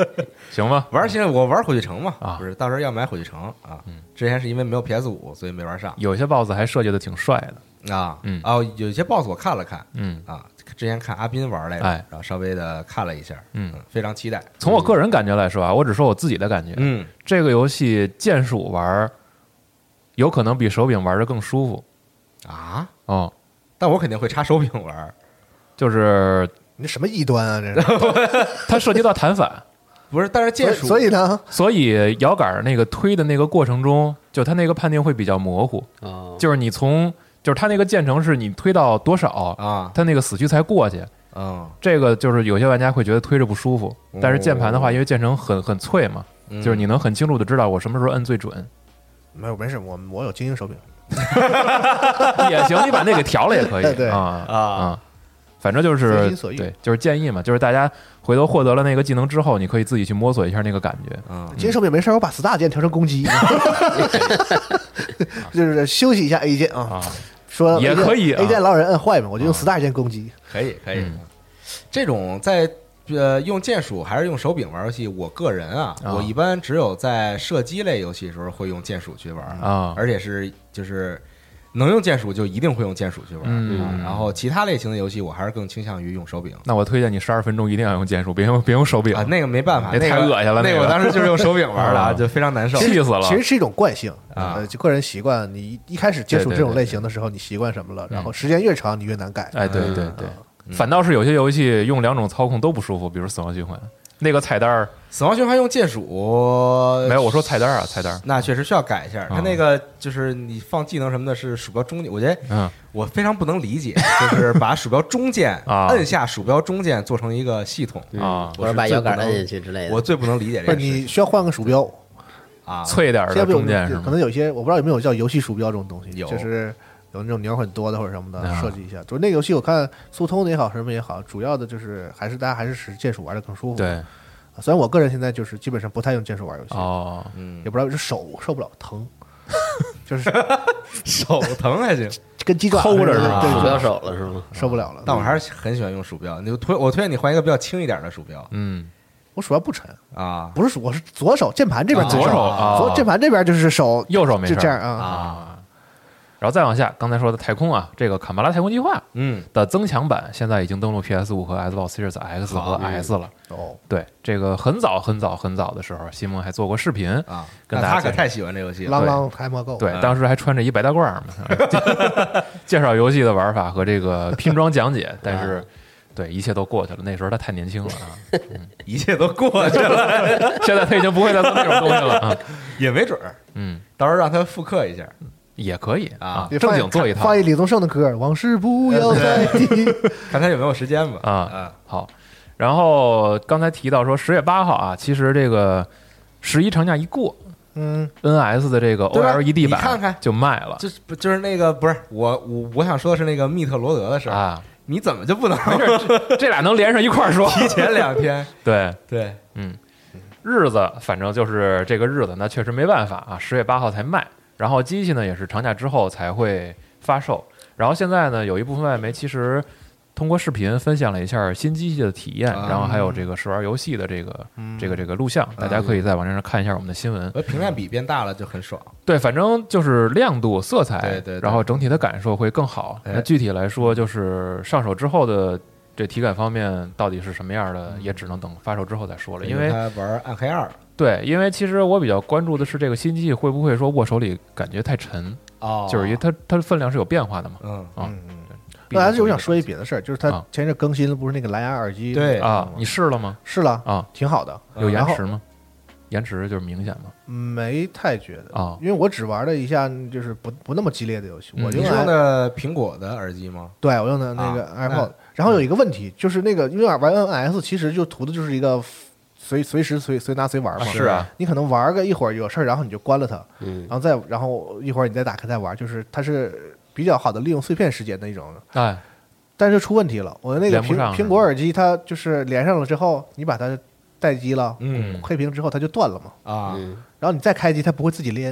Speaker 3: [LAUGHS] 行吧？
Speaker 2: 玩儿起来，我玩儿火炬城嘛，
Speaker 3: 啊嗯
Speaker 2: 不是，到时候要买火炬城啊。之前是因为没有 PS 五，所以没玩上
Speaker 3: 有些 BOSS 还设计的挺帅的，
Speaker 2: 啊。
Speaker 3: 嗯
Speaker 2: 哦，有些 BOSS 我看了看
Speaker 3: 嗯，
Speaker 2: 啊，之前看阿斌玩儿来着，
Speaker 3: 哎
Speaker 2: 然后稍微的看了一下，
Speaker 3: 嗯，
Speaker 2: 非常期待。
Speaker 3: 从我个人感觉来说啊，我只说我自己的感觉，
Speaker 2: 嗯
Speaker 3: 这个游戏键鼠玩儿有可能比手柄玩的更舒服
Speaker 2: 啊，
Speaker 3: 哦，
Speaker 2: 但我肯定会插手柄玩儿，
Speaker 3: 就是
Speaker 5: 你什么异端啊？
Speaker 3: [LAUGHS]
Speaker 5: 这是
Speaker 3: 它涉及到弹反，
Speaker 2: 不是，但是
Speaker 3: [LAUGHS]
Speaker 5: 所
Speaker 2: 键
Speaker 5: 以
Speaker 2: 鼠
Speaker 5: 所以呢，
Speaker 3: 所以摇杆儿那个推的那个过程中，就它那个判定会比较模糊，
Speaker 6: 哦，
Speaker 3: 就是你从就是它那个键程是你推到多少，
Speaker 2: 啊，
Speaker 3: 它那个死区才过去，
Speaker 2: 嗯
Speaker 3: 这个就是有些玩家会觉得推着不舒服，但是键盘的话，因为键程很很脆嘛，
Speaker 2: 嗯
Speaker 3: 就是你能很清楚的知道我什么时候摁最准
Speaker 5: 没有没事，我我有精英手柄，
Speaker 3: 嗯 [LAUGHS] 也行，你把那给调了也可以，
Speaker 5: [LAUGHS] 对
Speaker 3: 啊
Speaker 2: 啊，
Speaker 3: 啊，反正就是
Speaker 5: 随心所欲
Speaker 3: 对，就是建议嘛，就是大家回头获得了那个技能之后，你可以自己去摸索一下那个感觉，
Speaker 2: 嗯
Speaker 5: 精英手柄没事，我把 star 键调成攻
Speaker 3: [LAUGHS]
Speaker 5: 击， [LAUGHS] 就是休息一下 A 键啊。
Speaker 3: 啊，
Speaker 5: 说
Speaker 3: 也
Speaker 5: A 键
Speaker 3: 可以啊
Speaker 5: A 键老有人摁坏嘛，我就用 star 键攻击。
Speaker 2: 可以可以
Speaker 3: 嗯。
Speaker 2: 这种在呃用键鼠还是用手柄玩游戏，我个人啊，
Speaker 3: 啊
Speaker 2: 我一般只有在射击类游戏的时候会用键鼠去玩
Speaker 3: 啊
Speaker 2: 而且是就是能用键鼠就一定会用键鼠去玩。
Speaker 3: 嗯
Speaker 2: 啊然后其他类型的游戏，我还是更倾向于用手柄。
Speaker 3: 那我推荐你十二分钟一定要用键鼠，别用别用手柄
Speaker 2: 啊，那个没办法，
Speaker 3: 那
Speaker 2: 那
Speaker 3: 太
Speaker 2: 个
Speaker 3: 恶心了
Speaker 2: 那
Speaker 3: 那个
Speaker 2: 我当时就是用手柄玩的，
Speaker 3: [LAUGHS] 啊
Speaker 2: 啊，就非常难受。
Speaker 3: 气死了
Speaker 5: 其实是一种惯性
Speaker 2: 啊
Speaker 5: 呃就个人习惯。你一一开始接触
Speaker 3: 对对嗯
Speaker 5: 这种类型的时候，你习惯什么了，然后时间越长，你越难改。
Speaker 3: 哎，对对对，反倒是有些游戏用两种操控都不舒服，比如《死亡循环》那个菜单儿
Speaker 2: 死亡循环用键鼠
Speaker 5: 呃
Speaker 3: 没有，我说菜单儿啊，菜单儿，
Speaker 2: 那确实需要改一下。它那个就是你放技能什么的，是鼠标中间，我觉得
Speaker 3: 嗯，
Speaker 2: 我非常不能理解， [LAUGHS] 就是把鼠标中键
Speaker 3: 啊
Speaker 2: 摁下鼠标中键做成一个系统
Speaker 3: 啊
Speaker 6: 或者把
Speaker 2: 我是最
Speaker 6: 摇杆
Speaker 2: 不能
Speaker 6: 摁进去之类的。
Speaker 2: 我最不能理解
Speaker 3: 哎
Speaker 5: 不
Speaker 2: 这
Speaker 5: 是
Speaker 2: 个事
Speaker 5: 你
Speaker 2: 情
Speaker 5: 需要换个鼠标，
Speaker 2: 啊。
Speaker 3: 脆点儿
Speaker 5: 现在
Speaker 3: 的
Speaker 5: 不有
Speaker 3: 中间是
Speaker 5: 可
Speaker 3: 吗？
Speaker 5: 能有一些我不知道有没有叫游戏鼠标这种东西，
Speaker 2: 有
Speaker 5: 就是有那种钮很多的或者什么的
Speaker 3: 啊
Speaker 5: 设计一下。就是那个游戏，我看速通的也好，什么也好，主要的就是还是大家还是使键鼠玩的更舒服。啊，
Speaker 3: 对，
Speaker 5: 虽然我个人现在就是基本上不太用键鼠玩游戏，
Speaker 3: 哦，
Speaker 2: 嗯
Speaker 5: 也，不知道是手受不了
Speaker 3: [LAUGHS]
Speaker 5: 疼，就是
Speaker 2: 手疼还行，
Speaker 5: 跟鸡爪
Speaker 3: 抠着
Speaker 5: 似
Speaker 3: 是
Speaker 5: 的
Speaker 3: 吧
Speaker 5: 对，
Speaker 2: 啊
Speaker 6: 鼠标
Speaker 5: 对
Speaker 6: 手了是吗？
Speaker 5: 受不了了。
Speaker 2: [LAUGHS] 但我还是很喜欢用鼠标。你就推我推荐你换一个比较轻一点的鼠标
Speaker 3: 嗯，
Speaker 5: 我鼠标不沉，
Speaker 2: 啊
Speaker 5: 不是鼠，我是左手键盘这边
Speaker 2: 啊
Speaker 5: 难受
Speaker 3: 左手
Speaker 2: 啊
Speaker 5: 左
Speaker 3: 啊，
Speaker 5: 键盘这边就是手
Speaker 3: 右手没
Speaker 5: 就
Speaker 3: 事
Speaker 5: 这样
Speaker 3: 儿
Speaker 5: 啊。
Speaker 2: 啊，
Speaker 3: 然后再往下，刚才说的太空啊，这个《坎巴拉太空计划》
Speaker 2: 嗯
Speaker 3: 的增强版现在已经登陆 PS 五和 Xbox Series X 和 S 了。
Speaker 5: 哦，
Speaker 3: 对，这个很早很早很早的时候，西蒙还做过视频，
Speaker 2: 啊，
Speaker 3: 跟
Speaker 2: 那
Speaker 3: 大家
Speaker 2: 他可
Speaker 3: 介绍
Speaker 2: 太喜欢这游戏了。
Speaker 5: 浪浪 time go，
Speaker 2: 嗯
Speaker 3: 对，当时还穿着一白大褂儿
Speaker 2: [LAUGHS]
Speaker 3: 嘛，介绍游戏的玩法和这个拼装讲解，但
Speaker 2: 嗯
Speaker 3: 是。对，一切都过去了。那时候他太年轻了啊，
Speaker 2: 一切都过去了，
Speaker 3: 现在他已经不会再做那种东西
Speaker 2: [LAUGHS]
Speaker 3: 了啊。
Speaker 2: 也没准儿，
Speaker 3: 嗯，
Speaker 2: 到时候让他复刻一下。
Speaker 3: 也可以
Speaker 2: 啊
Speaker 5: 你
Speaker 3: 正
Speaker 5: 放
Speaker 3: 经做一套。
Speaker 5: 放一李宗盛的歌，往事不要再提。
Speaker 2: 看他有没有时间吧。
Speaker 3: 啊
Speaker 2: 啊，
Speaker 3: 好，然后刚才提到说十月八号啊，其实这个十一长假一过
Speaker 5: [LAUGHS] 嗯，
Speaker 3: ，NS 的这个
Speaker 2: 对吧
Speaker 3: OLED 版
Speaker 2: 你看看
Speaker 3: 就卖了
Speaker 2: 就是不就是那个不是我我我想说的是那个密特罗德的事儿，
Speaker 3: 啊，
Speaker 2: 你怎么就不能
Speaker 3: [LAUGHS] 这俩能连上一块儿说。
Speaker 2: [LAUGHS] 提前两天？
Speaker 3: [LAUGHS] 对，
Speaker 2: 对，
Speaker 3: 日子反正就是这个日子，那确实没办法啊，十月八号才卖，然后机器呢也是长假之后才会发售，然后现在呢有一部分外媒其实。通过视频分享了一下新机器的体验，
Speaker 2: 啊嗯
Speaker 3: 然后还有这个试玩游戏的这个这个这个录像，大家可以在网站上看一下我们的新闻。
Speaker 2: 我屏占比变大了就很爽。
Speaker 3: 对，反正就是亮度、色彩，
Speaker 2: 对对对
Speaker 3: 然后整体的感受会更好。
Speaker 2: 哎
Speaker 3: 那具体来说，就是上手之后的这体感方面到底是什么
Speaker 2: 嗯
Speaker 3: 样的，也只能等发售之后再说了。因为
Speaker 2: 他玩暗黑二
Speaker 3: 对，因为其实我比较关注的是这个新机器会不会说握手里感觉太沉，
Speaker 2: 哦
Speaker 3: 就是因为它它的分量是有变化的嘛。
Speaker 2: 嗯
Speaker 3: 毕竟
Speaker 5: 那还是我
Speaker 3: 是
Speaker 5: 想
Speaker 3: 一
Speaker 5: 说一别的事儿，就是它
Speaker 3: 啊
Speaker 5: 前一阵更新了，不是那个蓝牙耳机
Speaker 2: 对
Speaker 3: 个
Speaker 5: 那个
Speaker 3: 啊
Speaker 5: 吗，
Speaker 3: 你试了吗？
Speaker 5: 试了，
Speaker 3: 啊，
Speaker 5: 挺好的，
Speaker 2: 嗯
Speaker 3: 有延
Speaker 5: 然后
Speaker 3: 迟吗？延迟就是明显嘛。
Speaker 5: 没太觉得
Speaker 3: 啊
Speaker 5: 因为我只玩了一下，就是不不那么激烈的游戏，
Speaker 3: 嗯
Speaker 5: 我
Speaker 2: 你
Speaker 5: 用
Speaker 2: 是用
Speaker 5: 来
Speaker 2: 的苹果的耳机吗？
Speaker 5: 对我用的那个
Speaker 2: 啊
Speaker 5: iPod，然后有一个问题就是那个因为玩 NS 其实就图的就是一个随随时随随拿随玩嘛，
Speaker 3: 是啊，
Speaker 5: 你可能玩个一会儿有事儿，然后你就关了它，
Speaker 6: 嗯
Speaker 5: 然，后再然后一会儿你再打开再玩，就是它是比较好的利用碎片时间的一种。
Speaker 3: 哎，
Speaker 5: 但是出问题了，我那
Speaker 3: 连
Speaker 5: 个
Speaker 3: 不
Speaker 5: 苹
Speaker 3: 上是
Speaker 5: 苹
Speaker 3: 吗
Speaker 5: 果耳机它就是连上了之后，你把它待机了，
Speaker 2: 嗯
Speaker 5: 黑屏之后它就断了嘛。
Speaker 2: 啊
Speaker 6: 嗯
Speaker 5: 然后你再开机，它不会自己连。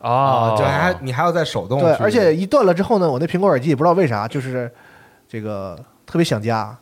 Speaker 3: 哦
Speaker 2: 啊，，就还你还要在手动
Speaker 5: 对，
Speaker 2: 去
Speaker 5: 而且一断了之后呢，我那苹果耳机也不知道为啥，就是这个特别想家。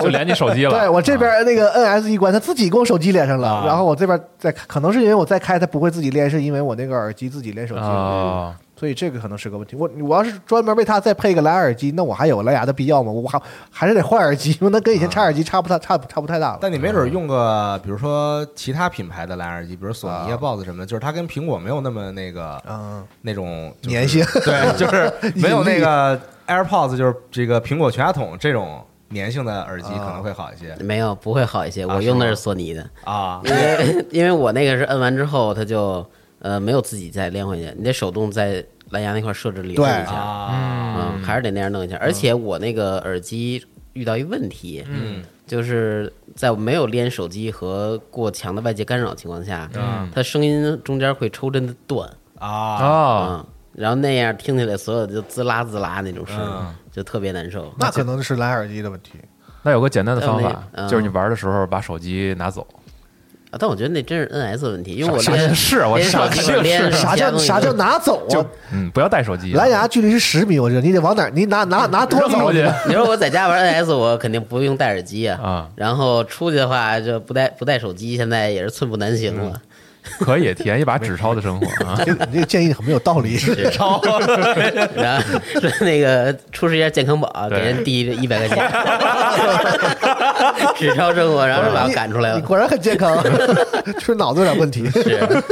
Speaker 3: 就连你手机了。
Speaker 5: [LAUGHS] 对我这
Speaker 3: 啊
Speaker 5: 边那个 NS 一关，它自己跟我手机连上了
Speaker 2: 啊，
Speaker 5: 然后我这边再开可能是因为我再开它不会自己连，是因为我那个耳机自己连手机。
Speaker 3: 啊，
Speaker 5: 所以这个可能是个问题。我我要是专门为它再配一个蓝牙耳机，那我还有蓝牙的必要吗？我还还是得换耳机，因为那跟
Speaker 3: 啊
Speaker 5: 以前插耳机差不太差不差不太大了。
Speaker 2: 但你没准用个，比如说其他品牌的蓝牙耳机，比如索尼啊、BOSS 什么的，就是它跟苹果没有那么那个
Speaker 5: 嗯，
Speaker 2: 那种就是
Speaker 5: 粘性
Speaker 2: [LAUGHS] 对，就是没有那个 AirPods，就是这个苹果全家桶这种粘性的耳机可能会好一些
Speaker 6: 没有，不会好一些。
Speaker 2: 啊
Speaker 6: 我
Speaker 2: 是
Speaker 6: 用的
Speaker 2: 吗
Speaker 6: 是索尼的，
Speaker 2: 啊。
Speaker 6: 因为因为我那个是摁完之后，它就呃没有自己再连回去，你得手动在蓝牙那块设置里摁一
Speaker 5: 对
Speaker 6: 下，
Speaker 2: 啊，
Speaker 6: 嗯，还是得那样弄一下。而且我那个耳机遇到一问题，
Speaker 2: 嗯，
Speaker 6: 就是在我没有连手机和过强的外界干扰情况下，
Speaker 2: 嗯
Speaker 6: 它声音中间会抽帧的断
Speaker 2: 啊，
Speaker 3: 啊，
Speaker 6: 啊。然后那样听起来，所有就滋啦滋啦那种声
Speaker 2: 嗯，
Speaker 6: 就特别难受。
Speaker 5: 那可能是蓝牙耳机的问题。
Speaker 3: 那有个简单的方法
Speaker 6: 但那，嗯
Speaker 3: 就是你玩的时候把手机拿走。
Speaker 6: 啊但我觉得那真是 NS 问题，因为我
Speaker 3: 啥
Speaker 6: 连
Speaker 3: 是我
Speaker 6: 连手
Speaker 3: 啥
Speaker 6: 机
Speaker 3: 是
Speaker 6: 我连
Speaker 5: 啥叫啥叫拿走
Speaker 3: 就
Speaker 5: 啊？
Speaker 3: 嗯，不要带手机。
Speaker 5: 蓝牙距离是十米，我知道你得往哪儿，你拿
Speaker 3: [LAUGHS]
Speaker 5: 拿拿多
Speaker 3: 扔
Speaker 5: 少
Speaker 3: 出去
Speaker 6: [LAUGHS] 你说我在家玩 NS，我肯定不用戴耳机啊。
Speaker 3: [LAUGHS] 啊，
Speaker 6: 然后出去的话就不带不带手机，现在也是寸步难行
Speaker 2: 嗯
Speaker 6: 了。
Speaker 3: 可以体验一把纸钞的生活啊。
Speaker 5: 这个你这个建议很没有道理。 [LAUGHS]
Speaker 6: [LAUGHS] 然后那个出示一下健康宝，给
Speaker 3: 对
Speaker 6: 人递一百块
Speaker 2: [LAUGHS]
Speaker 6: 钱，纸钞生活，然后就把我赶出来
Speaker 5: 你
Speaker 6: 了。
Speaker 5: 果然很健康， [LAUGHS] 就是脑子有点问题。
Speaker 6: 是，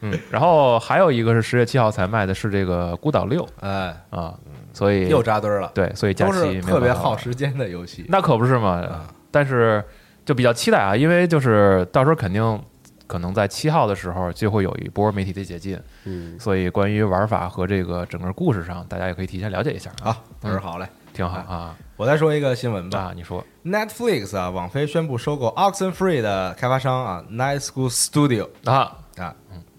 Speaker 3: 嗯，然后还有一个是十月七号才卖的是这个《孤岛六
Speaker 2: 哎，》
Speaker 3: 啊，所以
Speaker 2: 又扎堆儿了，
Speaker 3: 对，所以假
Speaker 2: 都
Speaker 3: 期没
Speaker 2: 是
Speaker 3: 有
Speaker 2: 特别
Speaker 3: 办法
Speaker 2: 耗
Speaker 3: 玩
Speaker 2: 时间嗯的游戏。
Speaker 3: 那可不是嘛。但是就比较期待啊，因为就是到时候肯定可能在七号的时候就会有一波媒体的解禁，
Speaker 6: 嗯，
Speaker 3: 所以关于玩法和这个整个故事上，大家也可以提前了解一下，啊
Speaker 2: 好，啊到时候好嘞。
Speaker 3: 挺好啊。
Speaker 2: 我再说一个新闻吧。
Speaker 3: 那你说
Speaker 2: Netflix 啊，网飞宣布收购 Oxenfree 的开发商啊，Night School Studio
Speaker 3: 啊，
Speaker 2: 啊，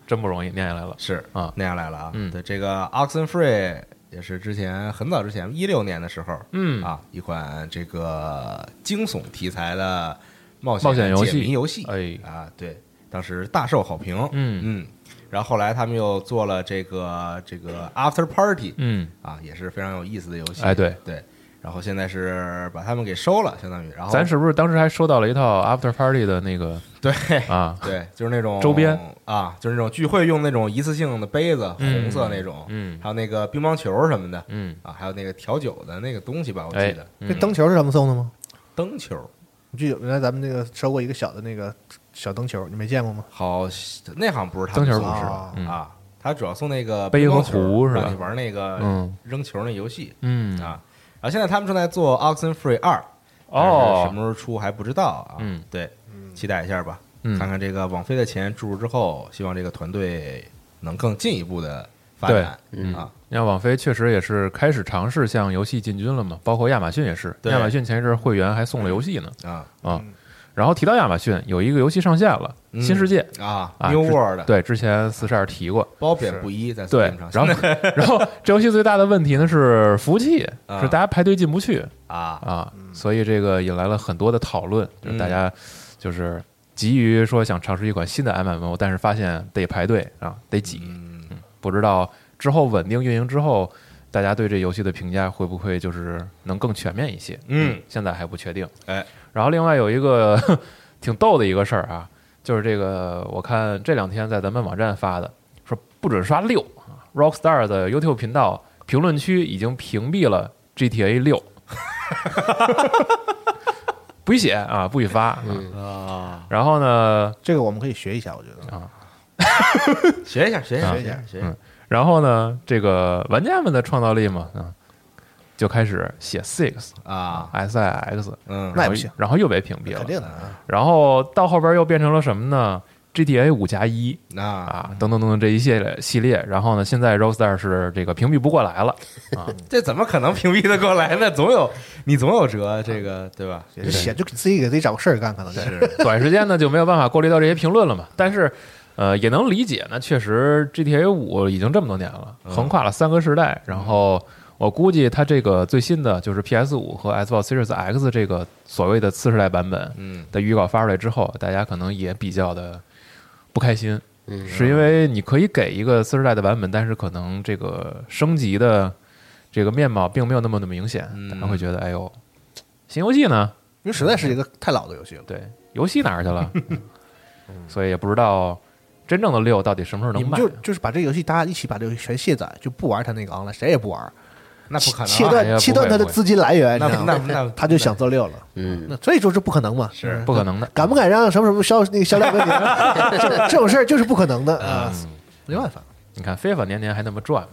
Speaker 3: 真不容易，念下来了
Speaker 2: 是
Speaker 3: 啊
Speaker 2: 那样来了啊。
Speaker 3: 嗯
Speaker 2: 对，这个 Oxenfree 也是之前很早之前，一六年的时候，
Speaker 3: 嗯
Speaker 2: 啊，一款这个惊悚题材的冒
Speaker 3: 冒险游
Speaker 2: 游
Speaker 3: 戏
Speaker 2: 谜游戏，
Speaker 3: 哎
Speaker 2: 啊，对，当时大受好评，
Speaker 3: 嗯
Speaker 2: 嗯。然后后来他们又做了这个这个 After Party，
Speaker 3: 嗯，
Speaker 2: 啊，也是非常有意思的游戏，
Speaker 3: 哎对
Speaker 2: 对。然后现在是把他们给收了，相当于，然后
Speaker 3: 咱是不是当时还收到了一套 After Party 的那个
Speaker 2: 对 [LAUGHS]
Speaker 3: 啊？
Speaker 2: 对，就是那种
Speaker 3: 周边
Speaker 2: 啊，就是那种聚会用那种一次性的杯子，
Speaker 3: 嗯
Speaker 2: 红色那种，
Speaker 3: 嗯
Speaker 2: 还有那个乒乓球什么的
Speaker 3: 嗯，
Speaker 2: 啊，还有那个调酒的那个东西吧，我
Speaker 3: 哎
Speaker 2: 记得，
Speaker 3: 嗯
Speaker 5: 这 [LAUGHS] 灯球是咱们送的吗？
Speaker 2: 灯球，
Speaker 5: 你记得原来咱们那个收过一个小的那个小灯球，你没见过吗？
Speaker 2: 好，那好像不是他们
Speaker 3: 灯球
Speaker 2: 送
Speaker 3: 不是
Speaker 2: 的
Speaker 3: 嗯
Speaker 2: 啊，他主要送那个
Speaker 3: 杯
Speaker 2: 乒
Speaker 3: 和
Speaker 2: 乓球
Speaker 3: 壶是吧
Speaker 2: 让你玩那个
Speaker 3: 嗯
Speaker 2: 扔球那游戏
Speaker 3: 嗯
Speaker 2: 啊。然后现在他们正在做《Oxenfree 二》，啊但是什
Speaker 3: 哦
Speaker 2: 么时候出还不知道啊。
Speaker 3: 嗯，
Speaker 2: 对，期待一下吧，
Speaker 3: 嗯
Speaker 2: 看看这个网飞的钱注入之后，希望这个团队能更进一步的发展
Speaker 6: 对嗯
Speaker 2: 啊。
Speaker 3: 你看网飞确实也是开始尝试向游戏进军了嘛，包括亚马逊也是，
Speaker 2: 对
Speaker 3: 亚马逊前一阵儿会员还送了游戏呢
Speaker 2: 啊
Speaker 3: 啊。然后提到亚马逊，有一个游戏上线了，
Speaker 2: 嗯
Speaker 3: 《新世界》
Speaker 2: 啊
Speaker 3: 啊
Speaker 2: ，New
Speaker 3: 之
Speaker 2: World
Speaker 3: 对，之前四十二提过，
Speaker 2: 褒贬不一，在
Speaker 3: 对
Speaker 2: Steam 上，
Speaker 3: 然后 [LAUGHS] 然后这游戏最大的问题呢是服务器，
Speaker 2: [LAUGHS] 啊
Speaker 3: 是大家排队进不去
Speaker 2: 啊，嗯
Speaker 3: 啊，所以这个引来了很多的讨论，就是大家就是急于说想尝试一款新的 MMO，但是发现得排队啊，得挤，
Speaker 2: 嗯
Speaker 3: 不知道之后稳定运营之后大家对这游戏的评价会不会就是能更全面一些？
Speaker 2: 嗯，
Speaker 3: 现在还不确定。
Speaker 2: 哎，
Speaker 3: 然后另外有一个 [LAUGHS] 挺逗的一个事儿啊，就是这个我看这两天在咱们网站发的，说不准刷六啊，Rockstar 的 YouTube 频道评论区已经屏蔽了
Speaker 2: [LAUGHS]
Speaker 3: GTA 六，不许写啊，不许发啊。
Speaker 2: 嗯
Speaker 3: 然后呢，
Speaker 5: 这个我们可以学一下，我觉得
Speaker 3: 啊
Speaker 2: 学一下，学一下，
Speaker 5: 啊
Speaker 2: 学一下，学一下
Speaker 3: 嗯。然后呢，这个玩家们的创造力嘛，啊，就开始写 six
Speaker 2: 啊，
Speaker 3: s i x，
Speaker 2: 嗯，
Speaker 5: 那也不行，
Speaker 3: 然后又被屏蔽
Speaker 5: 肯
Speaker 3: 了。
Speaker 5: 定的啊。
Speaker 3: 然后到后边又变成了什么呢？GTA 五加一
Speaker 2: 那
Speaker 3: 啊，
Speaker 5: 嗯
Speaker 3: 等等等等这一系列系列。然后呢，现在 Rockstar 是这个屏蔽不过来了啊，
Speaker 2: 这怎么可能屏蔽得过来呢？总有你总有辙，这个对吧？
Speaker 5: 也是写就给自己给自己找个事儿干，可能是
Speaker 2: 是，
Speaker 3: [LAUGHS] 短时间呢就没有办法过滤到这些评论了嘛。但是，呃，也能理解呢，确实 GTA 五已经这么多年了，横跨了三个时代。然后我估计它这个最新的就是 PS 五和 Xbox Series X 这个所谓的次世代版本
Speaker 2: 嗯
Speaker 3: 的预告发出来之后，大家可能也比较的不开心，
Speaker 6: 嗯
Speaker 3: 是因为你可以给一个次世代的版本，但是可能这个升级的这个面貌并没有那么的明显，
Speaker 2: 嗯
Speaker 3: 大家会觉得哎呦，新游戏呢？
Speaker 5: 因为实在是一个太老的游戏了。
Speaker 3: 对，游戏哪儿去了？嗯所以也不知道真正的六到底什么时候
Speaker 5: 你
Speaker 3: 能
Speaker 5: 们
Speaker 3: 卖啊
Speaker 5: 就。就是把这个游戏，大家一起把这个游戏全卸载，就不玩它那个 online，谁也不玩，
Speaker 2: 那不可
Speaker 5: [LAUGHS] 切
Speaker 2: 能啊，
Speaker 3: 哎呀不
Speaker 5: 断
Speaker 3: 会
Speaker 5: 切断它的资金来源，
Speaker 2: 那
Speaker 5: 你知道
Speaker 2: 那
Speaker 5: 吗
Speaker 2: 那那
Speaker 5: 他就想做六了，
Speaker 6: 嗯，
Speaker 5: 那所以说这不可能嘛，嗯
Speaker 2: 是
Speaker 3: 不可能的，
Speaker 5: 敢不敢让什么什么销那个销量问题？ [LAUGHS] 这这种事儿就是不可能的
Speaker 3: 嗯
Speaker 5: 啊，没办法。
Speaker 3: 你看非法年年还那么赚嘛。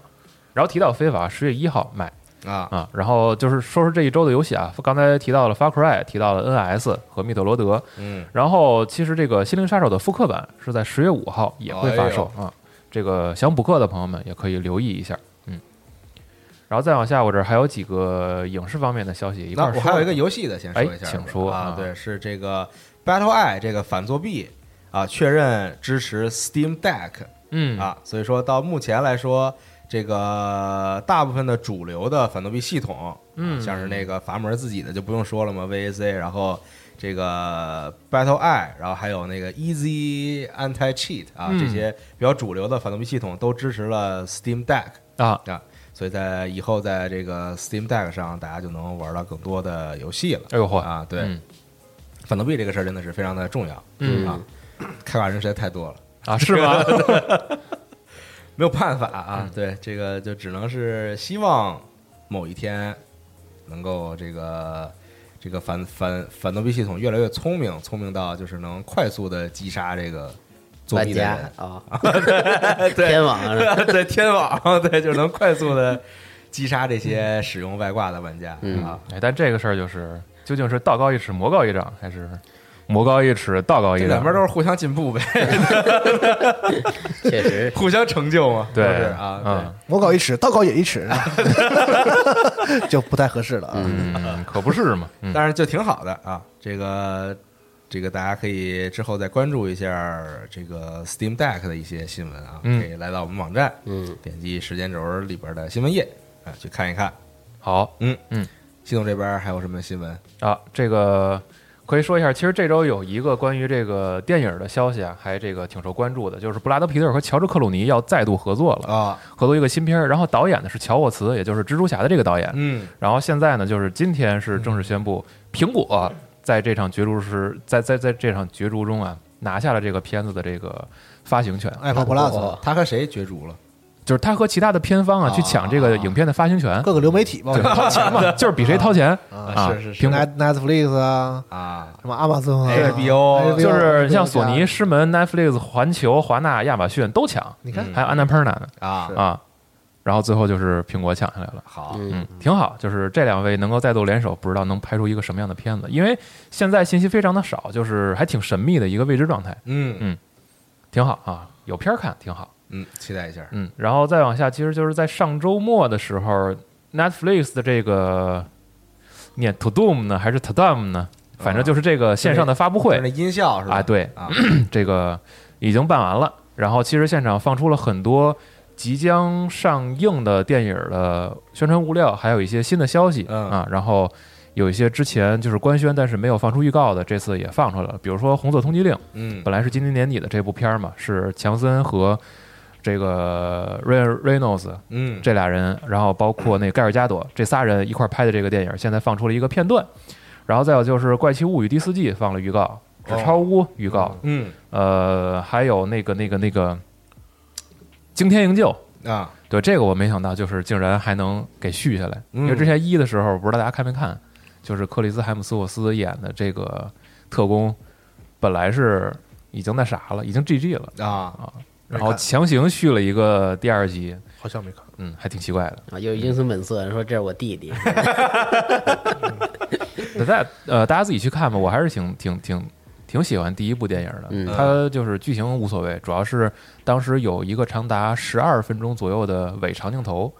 Speaker 3: 然后提到非法，十月一号卖
Speaker 2: 啊，
Speaker 3: 啊。然后就是说说这一周的游戏啊，刚才提到了 Far Cry，提到了 NS 和密特罗德。
Speaker 2: 嗯，
Speaker 3: 然后其实这个《心灵杀手》的复刻版是在十月五号也会发售
Speaker 2: 哎
Speaker 3: 啊。这个想补课的朋友们也可以留意一下，嗯。然后再往下，我这儿还有几个影视方面的消息一块
Speaker 2: 那
Speaker 3: 儿
Speaker 2: 我
Speaker 3: 说。
Speaker 2: 还有一个游戏的，先说一下吧，
Speaker 3: 哎请说
Speaker 2: 啊
Speaker 3: 啊，
Speaker 2: 对，是这个 Battle Eye 这个反作弊啊，确认支持 Steam Deck
Speaker 3: 嗯
Speaker 2: 啊，所以说到目前来说，这个大部分的主流的反作弊系统，啊
Speaker 3: 嗯
Speaker 2: 像是那个阀门自己的就不用说了嘛，VAC，然后这个 Battle Eye，然后还有那个 Easy Anti Cheat 啊，
Speaker 3: 嗯
Speaker 2: 这些比较主流的反作弊系统都支持了 Steam Deck
Speaker 3: 啊
Speaker 2: 啊，所以在以后在这个 Steam Deck 上，大家就能玩到更多的游戏了。
Speaker 3: 哎呦嚯
Speaker 2: 啊，对，
Speaker 3: 嗯
Speaker 2: 反作弊这个事儿真的是非常的重要，
Speaker 3: 嗯
Speaker 2: 啊，开挂人实在太多了。 [LAUGHS]
Speaker 3: 啊是吗？ [LAUGHS]
Speaker 2: 没有办法啊，
Speaker 3: 嗯
Speaker 2: 对这个就只能是希望某一天能够这个这个反反反作弊系统越来越聪明，聪明到就是能快速的击杀这个作
Speaker 6: 玩
Speaker 2: 弊的
Speaker 6: 家
Speaker 2: 人， [LAUGHS]
Speaker 6: 啊，
Speaker 2: 对
Speaker 6: [LAUGHS] 天网是吧
Speaker 2: 对天网，对就是能快速的击杀这
Speaker 3: 嗯
Speaker 2: 些使用外挂的玩家、
Speaker 6: 嗯
Speaker 2: 啊。
Speaker 3: 哎，但这个事儿就是，究竟是道高一尺，魔高一丈，还是魔高一尺，道高一
Speaker 2: 这
Speaker 3: 丈？
Speaker 2: 两边都是互相进步呗，
Speaker 6: 确实
Speaker 2: 互相成就嘛，
Speaker 3: 对
Speaker 2: 都是啊，对
Speaker 3: 嗯
Speaker 5: 魔搞一尺，道高也一尺， [LAUGHS] 就不太合适了啊。
Speaker 3: 嗯，可不是嘛。嗯，
Speaker 2: [LAUGHS] 但是就挺好的啊。这个这个大家可以之后再关注一下这个 Steam Deck 的一些新闻啊，
Speaker 3: 嗯
Speaker 2: 可以来到我们网站，
Speaker 6: 嗯，
Speaker 2: 点击时间轴里边的新闻页啊，去看一看。
Speaker 3: 好
Speaker 2: 系统这边还有什么新闻？
Speaker 3: 啊，这个可以说一下，其实这周有一个关于这个电影的消息啊，还这个挺受关注的，就是布拉德皮特和乔治克鲁尼要再度合作了，
Speaker 2: 啊，
Speaker 3: 合作一个新片儿。然后导演呢是乔沃茨，也就是蜘蛛侠的这个导演。
Speaker 2: 嗯
Speaker 3: 然后现在呢，就是今天是正式宣布，苹果在这场角逐是在在在这场角逐中啊，拿下了这个片子的这个发行权。
Speaker 5: Apple Plus
Speaker 2: 啊他和谁角逐了？
Speaker 3: 就是他和其他的片方啊
Speaker 2: 啊
Speaker 3: 去抢这个影片的发行权，
Speaker 5: 啊各个流媒体吧， [LAUGHS] 我
Speaker 3: 对
Speaker 5: 觉得
Speaker 3: 掏钱嘛，就是比谁掏钱啊。
Speaker 2: 是是是
Speaker 3: [LAUGHS] 苹果哎
Speaker 5: Net- Netflix 啊，
Speaker 2: 啊，
Speaker 5: 什么 Amazon 啊
Speaker 2: HBO
Speaker 5: 哎
Speaker 3: 就是像索尼、，狮门、Netflix、环球、华纳、亚马逊都抢，
Speaker 5: 你看
Speaker 3: 还有 Annapurna 呢
Speaker 2: 啊，
Speaker 3: 啊。然后最后就是苹果抢下来了。
Speaker 2: 好，
Speaker 6: 嗯
Speaker 3: 嗯，挺好，就是这两位能够再度联手，不知道能拍出一个什么样的片子，因为现在信息非常的少，就是还挺神秘的一个未知状态，
Speaker 2: 嗯
Speaker 3: 挺好啊，有片儿看挺好。
Speaker 2: 嗯，期待一下
Speaker 3: 嗯，然后再往下，其实就是在上周末的时候，Netflix 的这个念 To Doom 呢，还是 To Dum 呢？反正就是这个线上的发布
Speaker 2: 就是那
Speaker 3: 会
Speaker 2: 音效是吧？
Speaker 3: 啊，对，
Speaker 2: 啊，
Speaker 3: [CLEARS THROAT] 这个已经办完了。然后其实现场放出了很多即将上映的电影的宣传物料，还有一些新的消息
Speaker 2: 嗯
Speaker 3: 啊。然后有一些之前就是官宣但是没有放出预告的，这次也放出来了。比如说《红色通缉令》，
Speaker 2: 嗯
Speaker 3: 本来是今年年底的这部片儿嘛，是强森和这个 Ryan Reynolds
Speaker 2: 嗯，
Speaker 3: 这俩人，然后包括那盖尔加朵这仨人一块儿拍的这个电影，现在放出了一个片段，然后再有就是《怪奇物语》第四季放了预告，《纸钞屋》预告，
Speaker 2: 嗯
Speaker 3: 呃，还有那个那个那个《惊天营救》。
Speaker 2: 啊，
Speaker 3: 对这个我没想到，就是竟然还能给续下来。
Speaker 2: 嗯
Speaker 3: 因为之前一的时候，不知道大家看没看，就是克里斯海姆斯沃斯演的这个特工，本来是已经那啥了，已经 GG 了，
Speaker 2: 啊，
Speaker 3: 然后强行续了一个第二集，
Speaker 5: 好像没看。
Speaker 3: 嗯，还挺奇怪的。
Speaker 6: 啊，有英雄本色，说这是我
Speaker 2: [LAUGHS]
Speaker 6: 弟弟，
Speaker 3: 那大呃，大家自己去看吧，我还是挺挺挺挺喜欢第一部电影的。
Speaker 6: 嗯
Speaker 3: 它就是剧情无所谓，主要是当时有一个长达十二分钟左右的伪长镜头，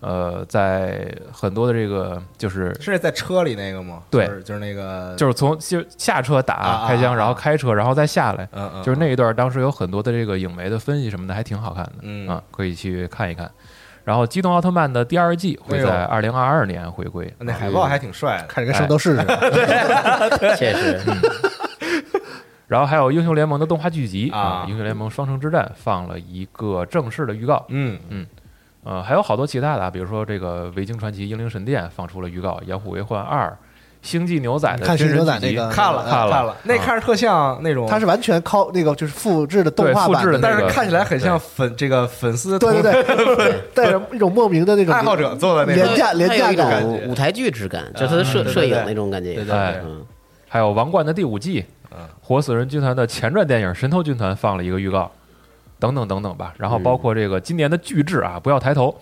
Speaker 3: 呃，在很多的这个就是
Speaker 2: 是在车里那个吗？
Speaker 3: 对
Speaker 2: 就是就是那个，
Speaker 3: 就是从就下车
Speaker 2: 啊
Speaker 3: 打
Speaker 2: 啊
Speaker 3: 开
Speaker 2: 啊
Speaker 3: 枪，然后
Speaker 2: 啊
Speaker 3: 开车，然后再下来，
Speaker 2: 嗯嗯，
Speaker 3: 就是那一段，当时有很多的这个影媒的分析什么的，还挺好看的，
Speaker 2: 嗯
Speaker 3: 啊，可以去看一看。然后《机动奥特曼》的第二季会在二零二二年回归，
Speaker 2: 哎那海报还挺帅的，
Speaker 5: 看着跟圣斗士似
Speaker 3: 哎
Speaker 5: 的，
Speaker 6: 确实，
Speaker 3: 然后还有《英雄联盟》的动画剧集
Speaker 2: 啊
Speaker 3: 英雄联盟双城之战》放了一个正式的预告，
Speaker 2: 嗯
Speaker 3: 呃，还有好多其他的啊，比如说这个《维京传奇：英灵神殿》放出了预告，《眼虎为患二》。星际牛仔的
Speaker 5: 看
Speaker 3: 真
Speaker 5: 是
Speaker 3: 人
Speaker 5: 牛仔
Speaker 3: 剧
Speaker 5: 那
Speaker 3: 集
Speaker 5: 个
Speaker 2: 看了
Speaker 3: 看了
Speaker 2: 看了，那看着特像那种，
Speaker 5: 它是完全靠那个就是复制的动画版
Speaker 3: 对复制的那
Speaker 5: 的那
Speaker 2: 但
Speaker 5: 个，
Speaker 3: 个
Speaker 2: 是看起来很像粉这个粉丝
Speaker 5: 对对
Speaker 3: [LAUGHS]
Speaker 5: 对，带着一种莫名的那种
Speaker 2: 爱好者做的那
Speaker 5: [LAUGHS] 廉
Speaker 2: 种，
Speaker 5: 价廉
Speaker 6: 它有
Speaker 5: 价
Speaker 6: 一
Speaker 5: 感。
Speaker 6: 种舞台剧质感，就是它的
Speaker 2: 啊对
Speaker 6: 摄
Speaker 2: 对
Speaker 6: 摄影
Speaker 2: 对
Speaker 6: 那种感觉，
Speaker 2: 对对
Speaker 3: 对
Speaker 6: 嗯，
Speaker 3: 还有《王冠》的第五季，活死人军团的前传电影《神偷军团》放了一个预告，等等等等吧。然后包括这个今年的巨制啊，不要抬头，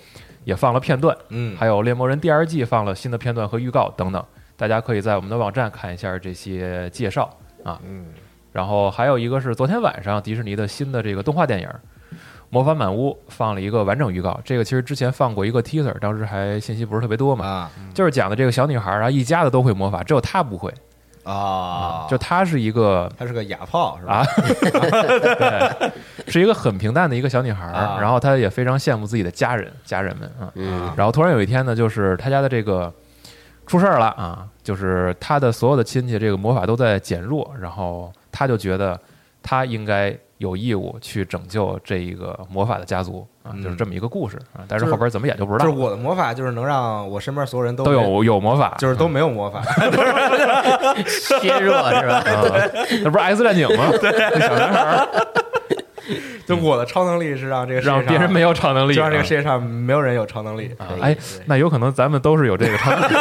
Speaker 3: 也放了片段，
Speaker 2: 嗯，
Speaker 3: 还有《猎魔人》第二季放了新的片段和预告等等。大家可以在我们的网站看一下这些介绍啊。嗯。然后还有一个是昨天晚上迪士尼的新的这个动画电影《魔法满屋》放了一个完整预告，这个其实之前放过一个 teaser，当时还信息不是特别多嘛，
Speaker 2: 啊
Speaker 3: 就是讲的这个小女孩啊，一家子都会魔法，只有她不会，
Speaker 2: 啊，
Speaker 3: 嗯就她是一个
Speaker 2: 他是个哑炮是吧？
Speaker 3: 啊，对，是一个很平淡的一个小女孩儿，
Speaker 2: 啊
Speaker 3: 然后她也非常羡慕自己的家人家人们啊。
Speaker 6: 嗯
Speaker 3: 然后突然有一天呢，就是她家的这个出事儿了啊，就是她的所有的亲戚这个魔法都在减弱，然后她就觉得她应该有义务去拯救这一个魔法的家族啊，
Speaker 2: 嗯
Speaker 3: 就是这么一个故事啊。但是
Speaker 2: 就是
Speaker 3: 后边怎么演就不知
Speaker 2: 就是
Speaker 3: 道，
Speaker 2: 我的魔法就是能让我身边所有人都
Speaker 3: 都有有魔法，嗯
Speaker 2: 就是都没有魔法， [LAUGHS]
Speaker 6: 削弱是吧？
Speaker 3: 啊，那不是 X 战警吗？那小男孩儿
Speaker 2: 就我的超能力 [LAUGHS] 是让这个世界上
Speaker 3: 让别人没有超能力，
Speaker 2: 就让这个
Speaker 3: 啊
Speaker 2: 世界上没有人有超能力。
Speaker 6: 可以
Speaker 3: 哎，那有可能咱们都是有这个超能力。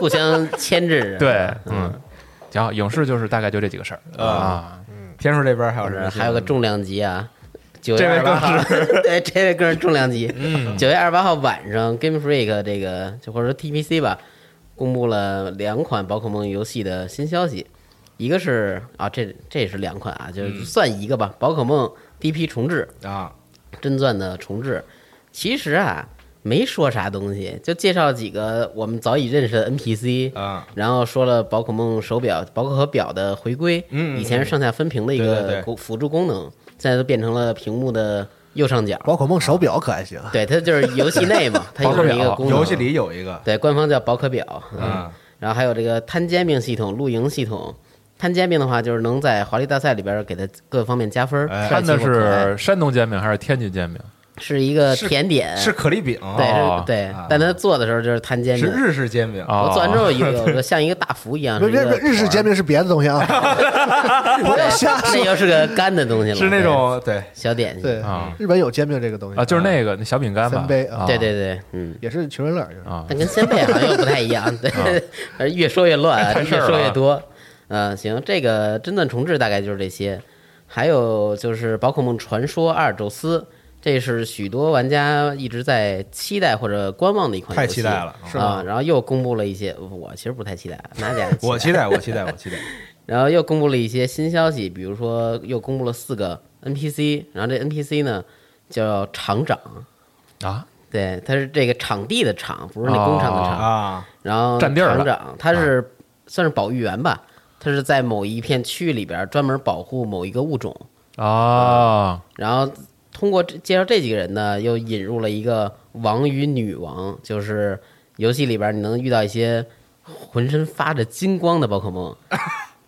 Speaker 6: 互相牵制，
Speaker 3: 对，嗯，然后影视就是大概就这几个事儿
Speaker 2: 啊
Speaker 3: 啊。
Speaker 2: 天数这边还有
Speaker 6: 或
Speaker 2: 什
Speaker 6: 者
Speaker 2: 么？
Speaker 6: 嗯还有个重量级啊，九
Speaker 2: 这
Speaker 6: 月
Speaker 2: 位
Speaker 6: 二
Speaker 2: 更
Speaker 6: 八号，
Speaker 2: [LAUGHS]
Speaker 6: [LAUGHS] 对，这位更是重量级。九月二十八号晚上，Game Freak 这个就或者说 TPC 吧，公布了两款宝可梦游戏的新消息，一个是啊，这这也是两款啊，就是算一个吧，宝可梦 DP 重置，
Speaker 2: 啊，
Speaker 6: 真钻的重置，其实啊没说啥东西，就介绍几个我们早已认识的 NPC
Speaker 2: 啊，
Speaker 6: 然后说了宝可梦手表、宝可和表的回归，
Speaker 2: 嗯嗯
Speaker 6: 以前是上下分屏的一
Speaker 2: 对对对
Speaker 6: 个功辅助功能，现在都变成了屏幕的右上角。
Speaker 5: 宝可梦手表可还行，啊
Speaker 6: 对，它就是游戏
Speaker 2: [LAUGHS]
Speaker 6: 内嘛，它有这么一个功能。
Speaker 2: 游戏里有一个
Speaker 6: 对，官方叫宝可表，嗯
Speaker 2: 啊，
Speaker 6: 然后还有这个摊煎饼系统、露营系统。摊煎饼的话，就是能在华丽大赛里边给它各方面加分。
Speaker 2: 哎
Speaker 6: 帅
Speaker 3: 看
Speaker 6: 气
Speaker 3: 啊的
Speaker 6: 又可爱
Speaker 3: 是山东煎饼还是天津煎饼？
Speaker 6: 是一个
Speaker 2: 是
Speaker 6: 甜点，
Speaker 2: 是可丽饼，
Speaker 6: 对
Speaker 3: 哦
Speaker 6: 是对，但它做的时候就是摊煎
Speaker 2: 是
Speaker 6: 饼。
Speaker 2: 日式煎饼
Speaker 3: 啊
Speaker 6: 我做完之后有有个像一个大福
Speaker 2: [LAUGHS]
Speaker 6: 一样，
Speaker 5: 别
Speaker 6: 是一
Speaker 5: 别
Speaker 6: 个
Speaker 5: 别，日式煎饼是别的
Speaker 3: [LAUGHS]
Speaker 5: 东西啊，不要瞎
Speaker 6: 那
Speaker 5: 说。
Speaker 6: 又是个干的东西了，
Speaker 2: 是那种对
Speaker 6: 对小点心。
Speaker 5: 对
Speaker 3: 啊，
Speaker 5: 日本有煎饼这个东西
Speaker 3: 啊，就是那个那小饼干吧
Speaker 5: 三杯？
Speaker 3: 啊
Speaker 5: 啊，
Speaker 6: 对对对，嗯，
Speaker 5: 也是穷人乐儿，就是
Speaker 3: 啊，
Speaker 6: 但跟仙贝好像又不太一样，对，而 [LAUGHS] 越说越
Speaker 2: [LAUGHS]
Speaker 6: 乱，
Speaker 3: 太
Speaker 6: 啊，
Speaker 3: 事儿
Speaker 6: 越
Speaker 3: 了啊
Speaker 6: 说越多。嗯，行，这个真断重置大概就是这些，还有就是《宝可梦传说二：宙斯》，这是许多玩家一直在期待或者观望的一款游
Speaker 2: 太
Speaker 6: 戏，
Speaker 2: 期待了，
Speaker 5: 是
Speaker 6: 啊
Speaker 5: 吗？！
Speaker 6: 然后又公布了一些，我其实不太期待，哪
Speaker 2: [LAUGHS]
Speaker 6: 家
Speaker 2: 我期待，我期待，我
Speaker 6: [LAUGHS]
Speaker 2: 期待。
Speaker 6: 然后又公布了一些新消息，比如说又公布了四个 NPC，然后这 NPC 呢叫厂长，
Speaker 3: 啊，
Speaker 6: 对，他是这个场地的场，不是那工厂的厂。
Speaker 2: 啊，
Speaker 6: 然后
Speaker 3: 哦占地儿了
Speaker 6: 厂长他是、算是保育员吧，他是在某一片区里边专门保护某一个物种，
Speaker 3: 啊，
Speaker 6: 然后通过这介绍这几个人呢，又引入了一个王与女王，就是游戏里边你能遇到一些浑身发着金光的宝
Speaker 3: [LAUGHS]
Speaker 6: 可梦，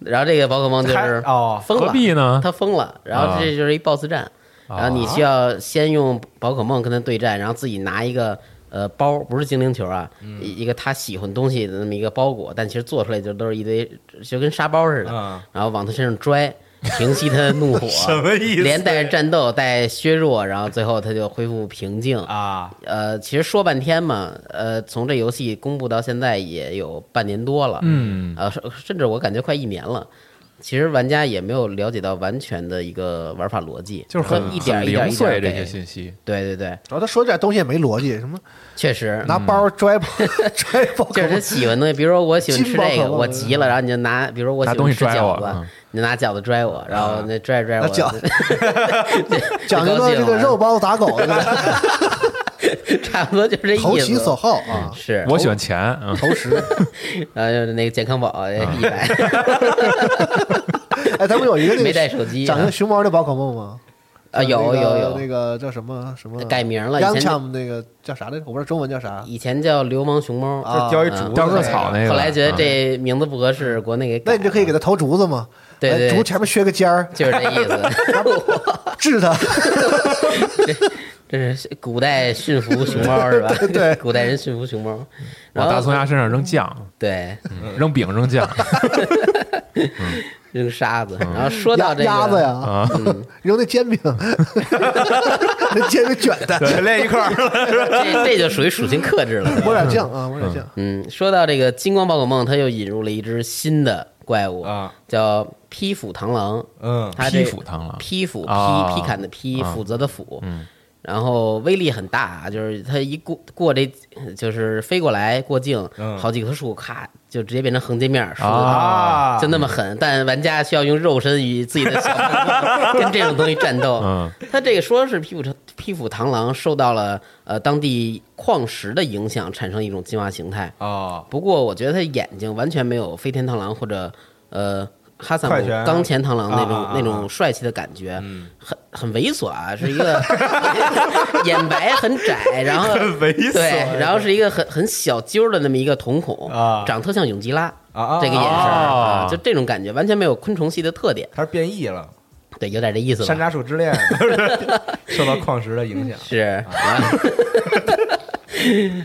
Speaker 6: 然后这个宝可梦就
Speaker 2: 还
Speaker 6: 是
Speaker 2: 哦
Speaker 6: 疯了，
Speaker 3: 何必呢？
Speaker 2: 啊
Speaker 6: 他疯了，然后这就是一 BOSS 战。然后你需要先用宝可梦跟他对战，然后自己拿一个呃包，不是精灵球啊，
Speaker 2: 嗯
Speaker 6: 一一个他喜欢东西的那么一个包裹，但其实做出来就都是一堆就跟沙包似的，
Speaker 2: 啊
Speaker 6: 然后往他身上拽，平息他的怒
Speaker 2: [LAUGHS]
Speaker 6: 火，
Speaker 2: 什么意思
Speaker 6: 连带着战斗，带削弱，然后最后他就恢复平静。
Speaker 2: 啊，
Speaker 6: 呃，其实说半天嘛，呃，从这游戏公布到现在也有半年多了，嗯，呃，甚甚至我感觉快一年了。其实玩家也没有了解到完全的一个玩法逻辑，
Speaker 3: 就是很
Speaker 6: 和一点儿
Speaker 3: 很零
Speaker 6: 一点儿一点儿
Speaker 3: 碎这
Speaker 6: 给
Speaker 3: 些信息。
Speaker 6: 对对对，
Speaker 5: 然后他说这点东西也没逻辑，什么
Speaker 6: 确
Speaker 3: 嗯
Speaker 6: 实，
Speaker 5: 拿
Speaker 3: [LAUGHS]
Speaker 5: 包拽拽包
Speaker 6: 就
Speaker 5: 可
Speaker 6: 是他
Speaker 5: 梦，
Speaker 6: 喜欢的东西，比如说我喜欢吃这
Speaker 5: 金宝
Speaker 6: 个，
Speaker 5: 可乐嗯
Speaker 6: 我急了，然后你就拿，比如说我
Speaker 3: 拿
Speaker 6: 喜
Speaker 3: 东
Speaker 6: 欢
Speaker 3: 西
Speaker 6: 吃
Speaker 3: 拽
Speaker 6: 饺
Speaker 3: 我
Speaker 6: 子
Speaker 3: 嗯，
Speaker 6: 你拿饺子拽我，然后那拽着拽
Speaker 5: 啊 [LAUGHS] 那
Speaker 6: 我，
Speaker 5: 饺
Speaker 6: 对
Speaker 3: [LAUGHS]
Speaker 5: 讲究个这个肉，包子打狗的，
Speaker 6: 就高兴了差不多就这意思。嗯
Speaker 5: 投其所好啊，
Speaker 6: 是，
Speaker 3: 我喜欢钱啊，
Speaker 5: [LAUGHS] 投食。
Speaker 6: 呃，就是那个健康宝一
Speaker 5: [LAUGHS]
Speaker 6: 百，
Speaker 5: 哎，他们有一个那个
Speaker 6: 没带手机
Speaker 5: 长
Speaker 6: 啊
Speaker 5: 得熊猫的宝可梦吗？
Speaker 6: 啊有
Speaker 5: 那
Speaker 6: 有
Speaker 5: 个
Speaker 6: 有
Speaker 5: 那个叫什么什么
Speaker 6: 改名了以
Speaker 5: y a
Speaker 6: 前
Speaker 5: n c h a m 那个叫啥来着？我不知道中文叫啥。
Speaker 6: 以前叫流氓熊猫，
Speaker 2: 就
Speaker 5: 啊
Speaker 2: 叼一
Speaker 6: 嗯
Speaker 2: 竹
Speaker 3: 叼
Speaker 2: 子
Speaker 3: 个
Speaker 2: 那
Speaker 3: 草那个。
Speaker 6: 后来觉得
Speaker 3: 嗯
Speaker 6: 这名字不合适，国内给改
Speaker 5: 那你就可以给
Speaker 6: 了
Speaker 5: 它投竹子嘛，
Speaker 6: 对
Speaker 5: 哎
Speaker 6: 对
Speaker 5: 竹前面削个尖儿，
Speaker 6: 就是这意
Speaker 5: [LAUGHS]
Speaker 6: 思，
Speaker 5: 治它。
Speaker 6: 这是古代驯服熊猫是吧？
Speaker 5: 对对
Speaker 6: 古代人驯服熊猫，
Speaker 3: 往
Speaker 6: 然后
Speaker 3: 大啊葱鸭身上扔酱，
Speaker 6: 对
Speaker 3: 嗯扔饼扔
Speaker 6: [LAUGHS]
Speaker 3: 酱
Speaker 6: 扔沙子，
Speaker 3: 嗯
Speaker 6: 然后说到
Speaker 5: 鸭
Speaker 6: 这个嗯
Speaker 5: 鸭子呀，
Speaker 3: 啊，
Speaker 5: [LAUGHS] 扔那煎饼，那煎饼卷的，
Speaker 2: 全连一块儿
Speaker 6: [LAUGHS]
Speaker 2: 了，
Speaker 6: 这这就属于属性克制了。 [LAUGHS]
Speaker 5: 抹点酱啊，抹点酱。
Speaker 6: 嗯，说到这个金光宝可梦，它又引入了一只新的怪物
Speaker 2: 啊，
Speaker 6: 叫披斧螳螂。
Speaker 2: 嗯
Speaker 6: 它这
Speaker 3: 披斧螳螂
Speaker 6: 披斧
Speaker 3: 啊
Speaker 6: 劈劈砍的劈，
Speaker 3: 啊
Speaker 6: 斧则的斧。然后威力很大啊，就是它一过过这，就是飞过来过境
Speaker 2: 嗯，
Speaker 6: 好几棵树，咔就直接变成横截面儿，树
Speaker 2: 啊
Speaker 6: 就那么狠。但玩家需要用肉身与自己的小
Speaker 2: [LAUGHS]
Speaker 6: 臂跟这种东西战斗。
Speaker 3: 嗯，
Speaker 6: 它这个说是屁股屁股螳螂受到了呃当地矿石的影响，产生一种进化形态。
Speaker 2: 啊，
Speaker 6: 不过我觉得它眼睛完全没有飞天螳螂或者呃哈萨
Speaker 2: 快
Speaker 6: 姆
Speaker 2: 拳
Speaker 6: 钢钳螳螂那种、
Speaker 2: 啊啊啊
Speaker 6: 那种帅气的感觉，
Speaker 2: 嗯
Speaker 6: 很很猥琐啊，是一
Speaker 2: [LAUGHS]
Speaker 6: 个眼白很窄，然后
Speaker 3: 嗯
Speaker 6: [LAUGHS]
Speaker 2: 很猥琐
Speaker 6: 对，然后是一个很很小揪儿的那么一个瞳孔，
Speaker 2: 啊
Speaker 6: 长得特像永吉拉。
Speaker 2: 啊
Speaker 6: 这个眼神儿、
Speaker 3: 啊
Speaker 6: 啊，就这种感觉，完全没有昆虫系的特点，
Speaker 2: 它是变异了，
Speaker 6: 对，有点这意思吧。
Speaker 2: 山楂树之
Speaker 6: [LAUGHS]
Speaker 2: 恋 [LAUGHS] 受到矿石的影响，
Speaker 6: 是，然后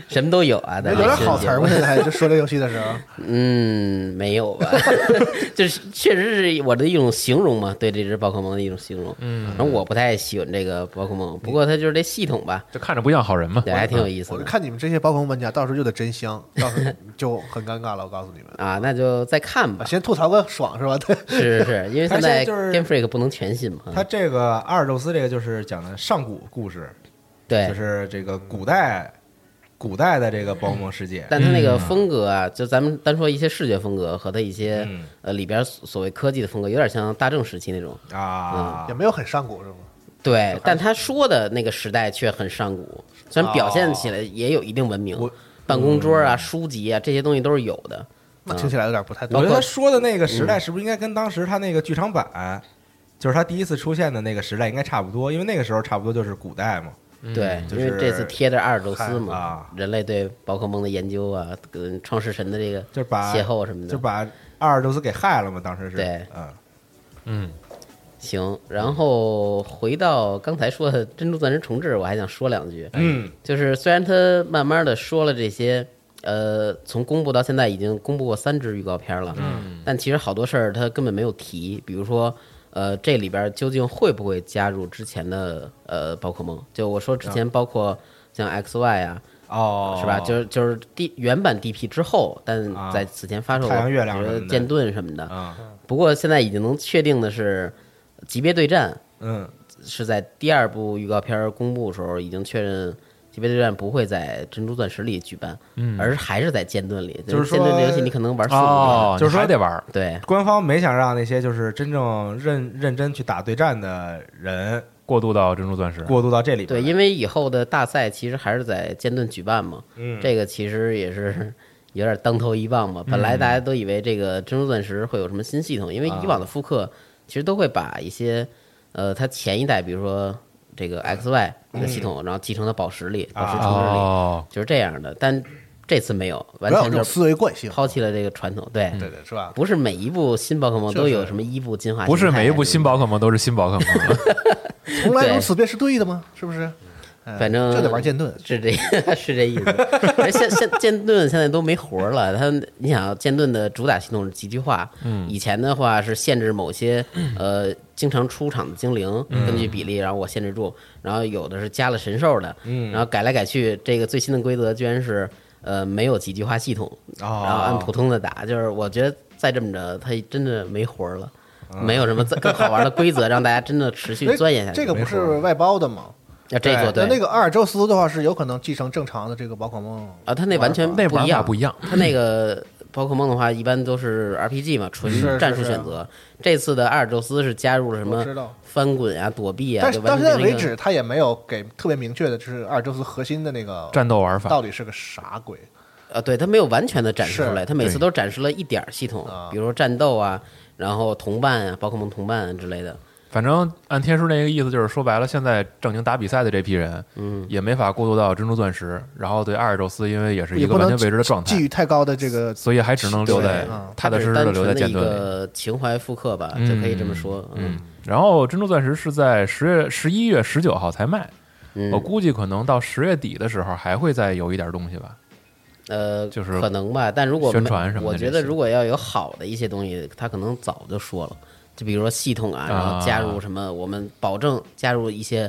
Speaker 6: 什么都有啊，咱
Speaker 5: 哎
Speaker 6: 们
Speaker 5: 有点好词儿吗？
Speaker 6: 这
Speaker 5: 现在就说这游戏的时候，
Speaker 6: 嗯，没有吧？ [LAUGHS] 就是确实是我的一种形容嘛，对这只宝可梦的一种形容。嗯，然后我不太喜欢这个宝可梦，不过它就是这系统吧，
Speaker 3: 就看着不像好人嘛。
Speaker 6: 对，还挺有 [LAUGHS] 意思
Speaker 5: 我就
Speaker 6: 的
Speaker 5: 看你们这些宝可梦玩家，到时候就得真香，到时候
Speaker 6: [LAUGHS]
Speaker 5: 就很尴尬了。我告诉你们，
Speaker 6: 啊。那就再看
Speaker 5: 啊
Speaker 6: 吧。
Speaker 5: 先吐槽个爽是吧？ [LAUGHS] 对，
Speaker 6: 是是是，因为
Speaker 2: 它现
Speaker 6: 现在
Speaker 2: 在就是
Speaker 6: Game Freak 不能全信嘛。
Speaker 2: 它这个阿尔宙斯这个就是讲的上古故事，
Speaker 6: 对
Speaker 2: 就，是这个古代古代的这个包梦世界，
Speaker 6: 嗯但它那个风格啊，就咱们单说一些视觉风格和它一些
Speaker 2: 嗯
Speaker 6: 呃里边所所谓科技的风格，有点像大正时期那种。
Speaker 2: 啊
Speaker 6: 嗯
Speaker 5: 也，没有很上古是吗？
Speaker 6: 对，但他说的那个时代却很上古，虽然表现起来也有一定文明，
Speaker 2: 哦我嗯
Speaker 6: 办公桌啊、书籍啊这些东西都是有的。
Speaker 5: 那听起来有点不太
Speaker 2: 我
Speaker 5: 对
Speaker 2: 觉得他说的那个时
Speaker 6: 嗯
Speaker 2: 代是不是应该跟当时他那个剧场版，就是他第一次出现的那个时代应该差不多，因为那个时候差不多就是古代嘛。
Speaker 6: 对，
Speaker 2: 嗯就是
Speaker 6: 因为这次贴着阿尔宙斯嘛，
Speaker 2: 看啊
Speaker 6: 人类对宝可梦的研究啊，跟创世神的这个
Speaker 2: 就是把
Speaker 6: 邂逅啊什么
Speaker 2: 就
Speaker 6: 的。
Speaker 2: 把阿尔宙斯给害了嘛，当时是
Speaker 6: 对，
Speaker 2: 嗯，
Speaker 6: 行，然后回到刚才说的珍珠钻石重置，我还想说两句。
Speaker 2: 嗯，
Speaker 6: 就是虽然他慢慢的说了这些，呃，从公布到现在已经公布过三支预告片了，嗯，但其实好多事儿他根本没有提，比如说，呃，这里边究竟会不会加入之前的呃宝可梦？就我说之前包括像 X Y 啊，
Speaker 2: 哦，
Speaker 6: 是吧？就是就是地原版 DP 之后，但
Speaker 2: 啊
Speaker 6: 在此前发售
Speaker 2: 太阳月亮
Speaker 6: 比如
Speaker 2: 什么的
Speaker 6: 剑盾什么的。
Speaker 2: 啊，
Speaker 6: 不过现在已经能确定的是，级别对战
Speaker 2: 嗯，
Speaker 6: 是在第二部预告片儿公布的时候已经确认。级别对战不会在珍珠钻石里举办，嗯，而是还是在剑盾里。
Speaker 2: 嗯就是说
Speaker 6: 剑盾这游戏，你可能玩四五
Speaker 3: 哦
Speaker 6: 年，，
Speaker 2: 就是说
Speaker 3: 你还得玩儿
Speaker 6: 对
Speaker 2: 官方没想让那些就是真正认认真去打对战的人
Speaker 3: 过渡到珍珠钻石。
Speaker 2: 过渡到这里边
Speaker 6: 对，
Speaker 2: 来。
Speaker 6: 因为以后的大赛其实还是在剑盾举办嘛，
Speaker 2: 嗯，
Speaker 6: 这个其实也是 [LAUGHS] 有点当头一棒吧。本来大家都以为这个珍珠钻石会有什么新系统，因为
Speaker 2: 啊
Speaker 6: 以往的复刻其实都会把一些呃它前一代，比如说这个 XY 的系
Speaker 2: 嗯
Speaker 6: 统，然后继承到宝石里、宝石
Speaker 2: 啊
Speaker 6: 重置里，
Speaker 3: 哦，
Speaker 6: 就是这样的。但这次没有，
Speaker 5: 不
Speaker 6: 完
Speaker 5: 要有
Speaker 6: 全
Speaker 5: 这
Speaker 6: 就
Speaker 5: 种
Speaker 6: 是嗯
Speaker 5: 思维惯性。
Speaker 6: 抛弃了这个传统。对，
Speaker 5: 对对，是吧？
Speaker 6: 不是每一部新宝可梦
Speaker 5: 就是
Speaker 6: 都有什么伊布进化形态，
Speaker 3: 啊不是每一部新宝可梦都是新宝可梦，
Speaker 5: 从来
Speaker 6: 对嗯
Speaker 5: 如此便是对的吗？是不是？哎
Speaker 6: 反正
Speaker 5: 这得玩剑盾，
Speaker 6: 是这 [LAUGHS] 是这意思。而现现剑盾现在都没活儿了，它你想剑盾的主打系统是集聚化，嗯，以前的话是限制某些呃经常出场的精灵，根据比例，然后我限制住，然后有的是加了神兽的，嗯，然后改来改去，这个最新的规则居然是呃没有集聚化系统，
Speaker 2: 哦
Speaker 6: 然
Speaker 3: 哦
Speaker 6: 后按普通的打，就是我觉得再这么着，它真的没活儿了。没有什么更好玩的规则，让大家真的持续
Speaker 5: 哎
Speaker 6: 钻研下去。
Speaker 5: 这个不
Speaker 2: 没
Speaker 5: 是
Speaker 2: 错
Speaker 5: 外包的吗？
Speaker 6: 啊这个对
Speaker 5: 那那哎个阿尔宙斯的话是有可能继承正常的这个宝可梦
Speaker 6: 啊， [LAUGHS] 它那完全
Speaker 3: 那
Speaker 6: 不
Speaker 3: 玩
Speaker 6: 一
Speaker 3: 法
Speaker 6: 样，
Speaker 3: 不一样。
Speaker 6: 它那个宝可梦的话，一般都是 RPG 嘛，纯
Speaker 5: 是是
Speaker 6: 战术
Speaker 5: 是
Speaker 6: 选择。这次的阿尔宙斯是加入了什
Speaker 5: 我
Speaker 6: 么
Speaker 5: 知道
Speaker 6: 翻滚啊、躲避啊，
Speaker 5: 但是
Speaker 6: 就
Speaker 5: 到
Speaker 6: 完
Speaker 5: 现
Speaker 6: 全
Speaker 5: 在
Speaker 6: 变成一
Speaker 5: 为
Speaker 6: 个
Speaker 5: 止，他也没有给特别明确的，就是阿尔宙斯核心的那个
Speaker 3: 战斗玩法
Speaker 5: 到底是个啥鬼？
Speaker 6: 呃，对，它没有完全的展示出来，
Speaker 5: 是
Speaker 6: 它每次
Speaker 3: 对
Speaker 6: 都展示了一点儿系统
Speaker 5: 啊，
Speaker 6: 比如说战斗啊，然后同伴啊、宝可梦同伴啊之类的。
Speaker 3: 反正按天叔那个意思，就是说白了，现在正经打比赛的这批人，嗯，也没法过渡到珍珠钻石，然后对阿尔宙斯，因为也是一
Speaker 5: 也
Speaker 3: 个
Speaker 5: 不
Speaker 3: 完
Speaker 5: 能
Speaker 3: 全未知的状态
Speaker 5: 寄，予太高的这个
Speaker 3: 所以还只能留在
Speaker 5: 对啊
Speaker 3: 踏踏
Speaker 6: 只
Speaker 3: 实实
Speaker 6: 是单
Speaker 3: 的
Speaker 6: 纯
Speaker 3: 留在
Speaker 6: 的
Speaker 3: 剑
Speaker 6: 一
Speaker 3: 盾里。
Speaker 6: 个情怀复刻吧，
Speaker 3: 嗯
Speaker 6: 就可以这么说。嗯
Speaker 3: 嗯，然后珍珠钻石是在十月十一月十九号才卖，
Speaker 6: 嗯
Speaker 3: 我估计可能到十月底的时候还会再有一点东西吧。
Speaker 6: 呃，
Speaker 3: 就是
Speaker 6: 可能吧，但如果
Speaker 3: 宣
Speaker 6: 没
Speaker 3: 传什么的
Speaker 6: 我觉
Speaker 3: 这
Speaker 6: 得
Speaker 3: 些
Speaker 6: 如果要有好的一些东西，他可能早就说了，就比如说系统啊，然后加入什么，我们保证加入一些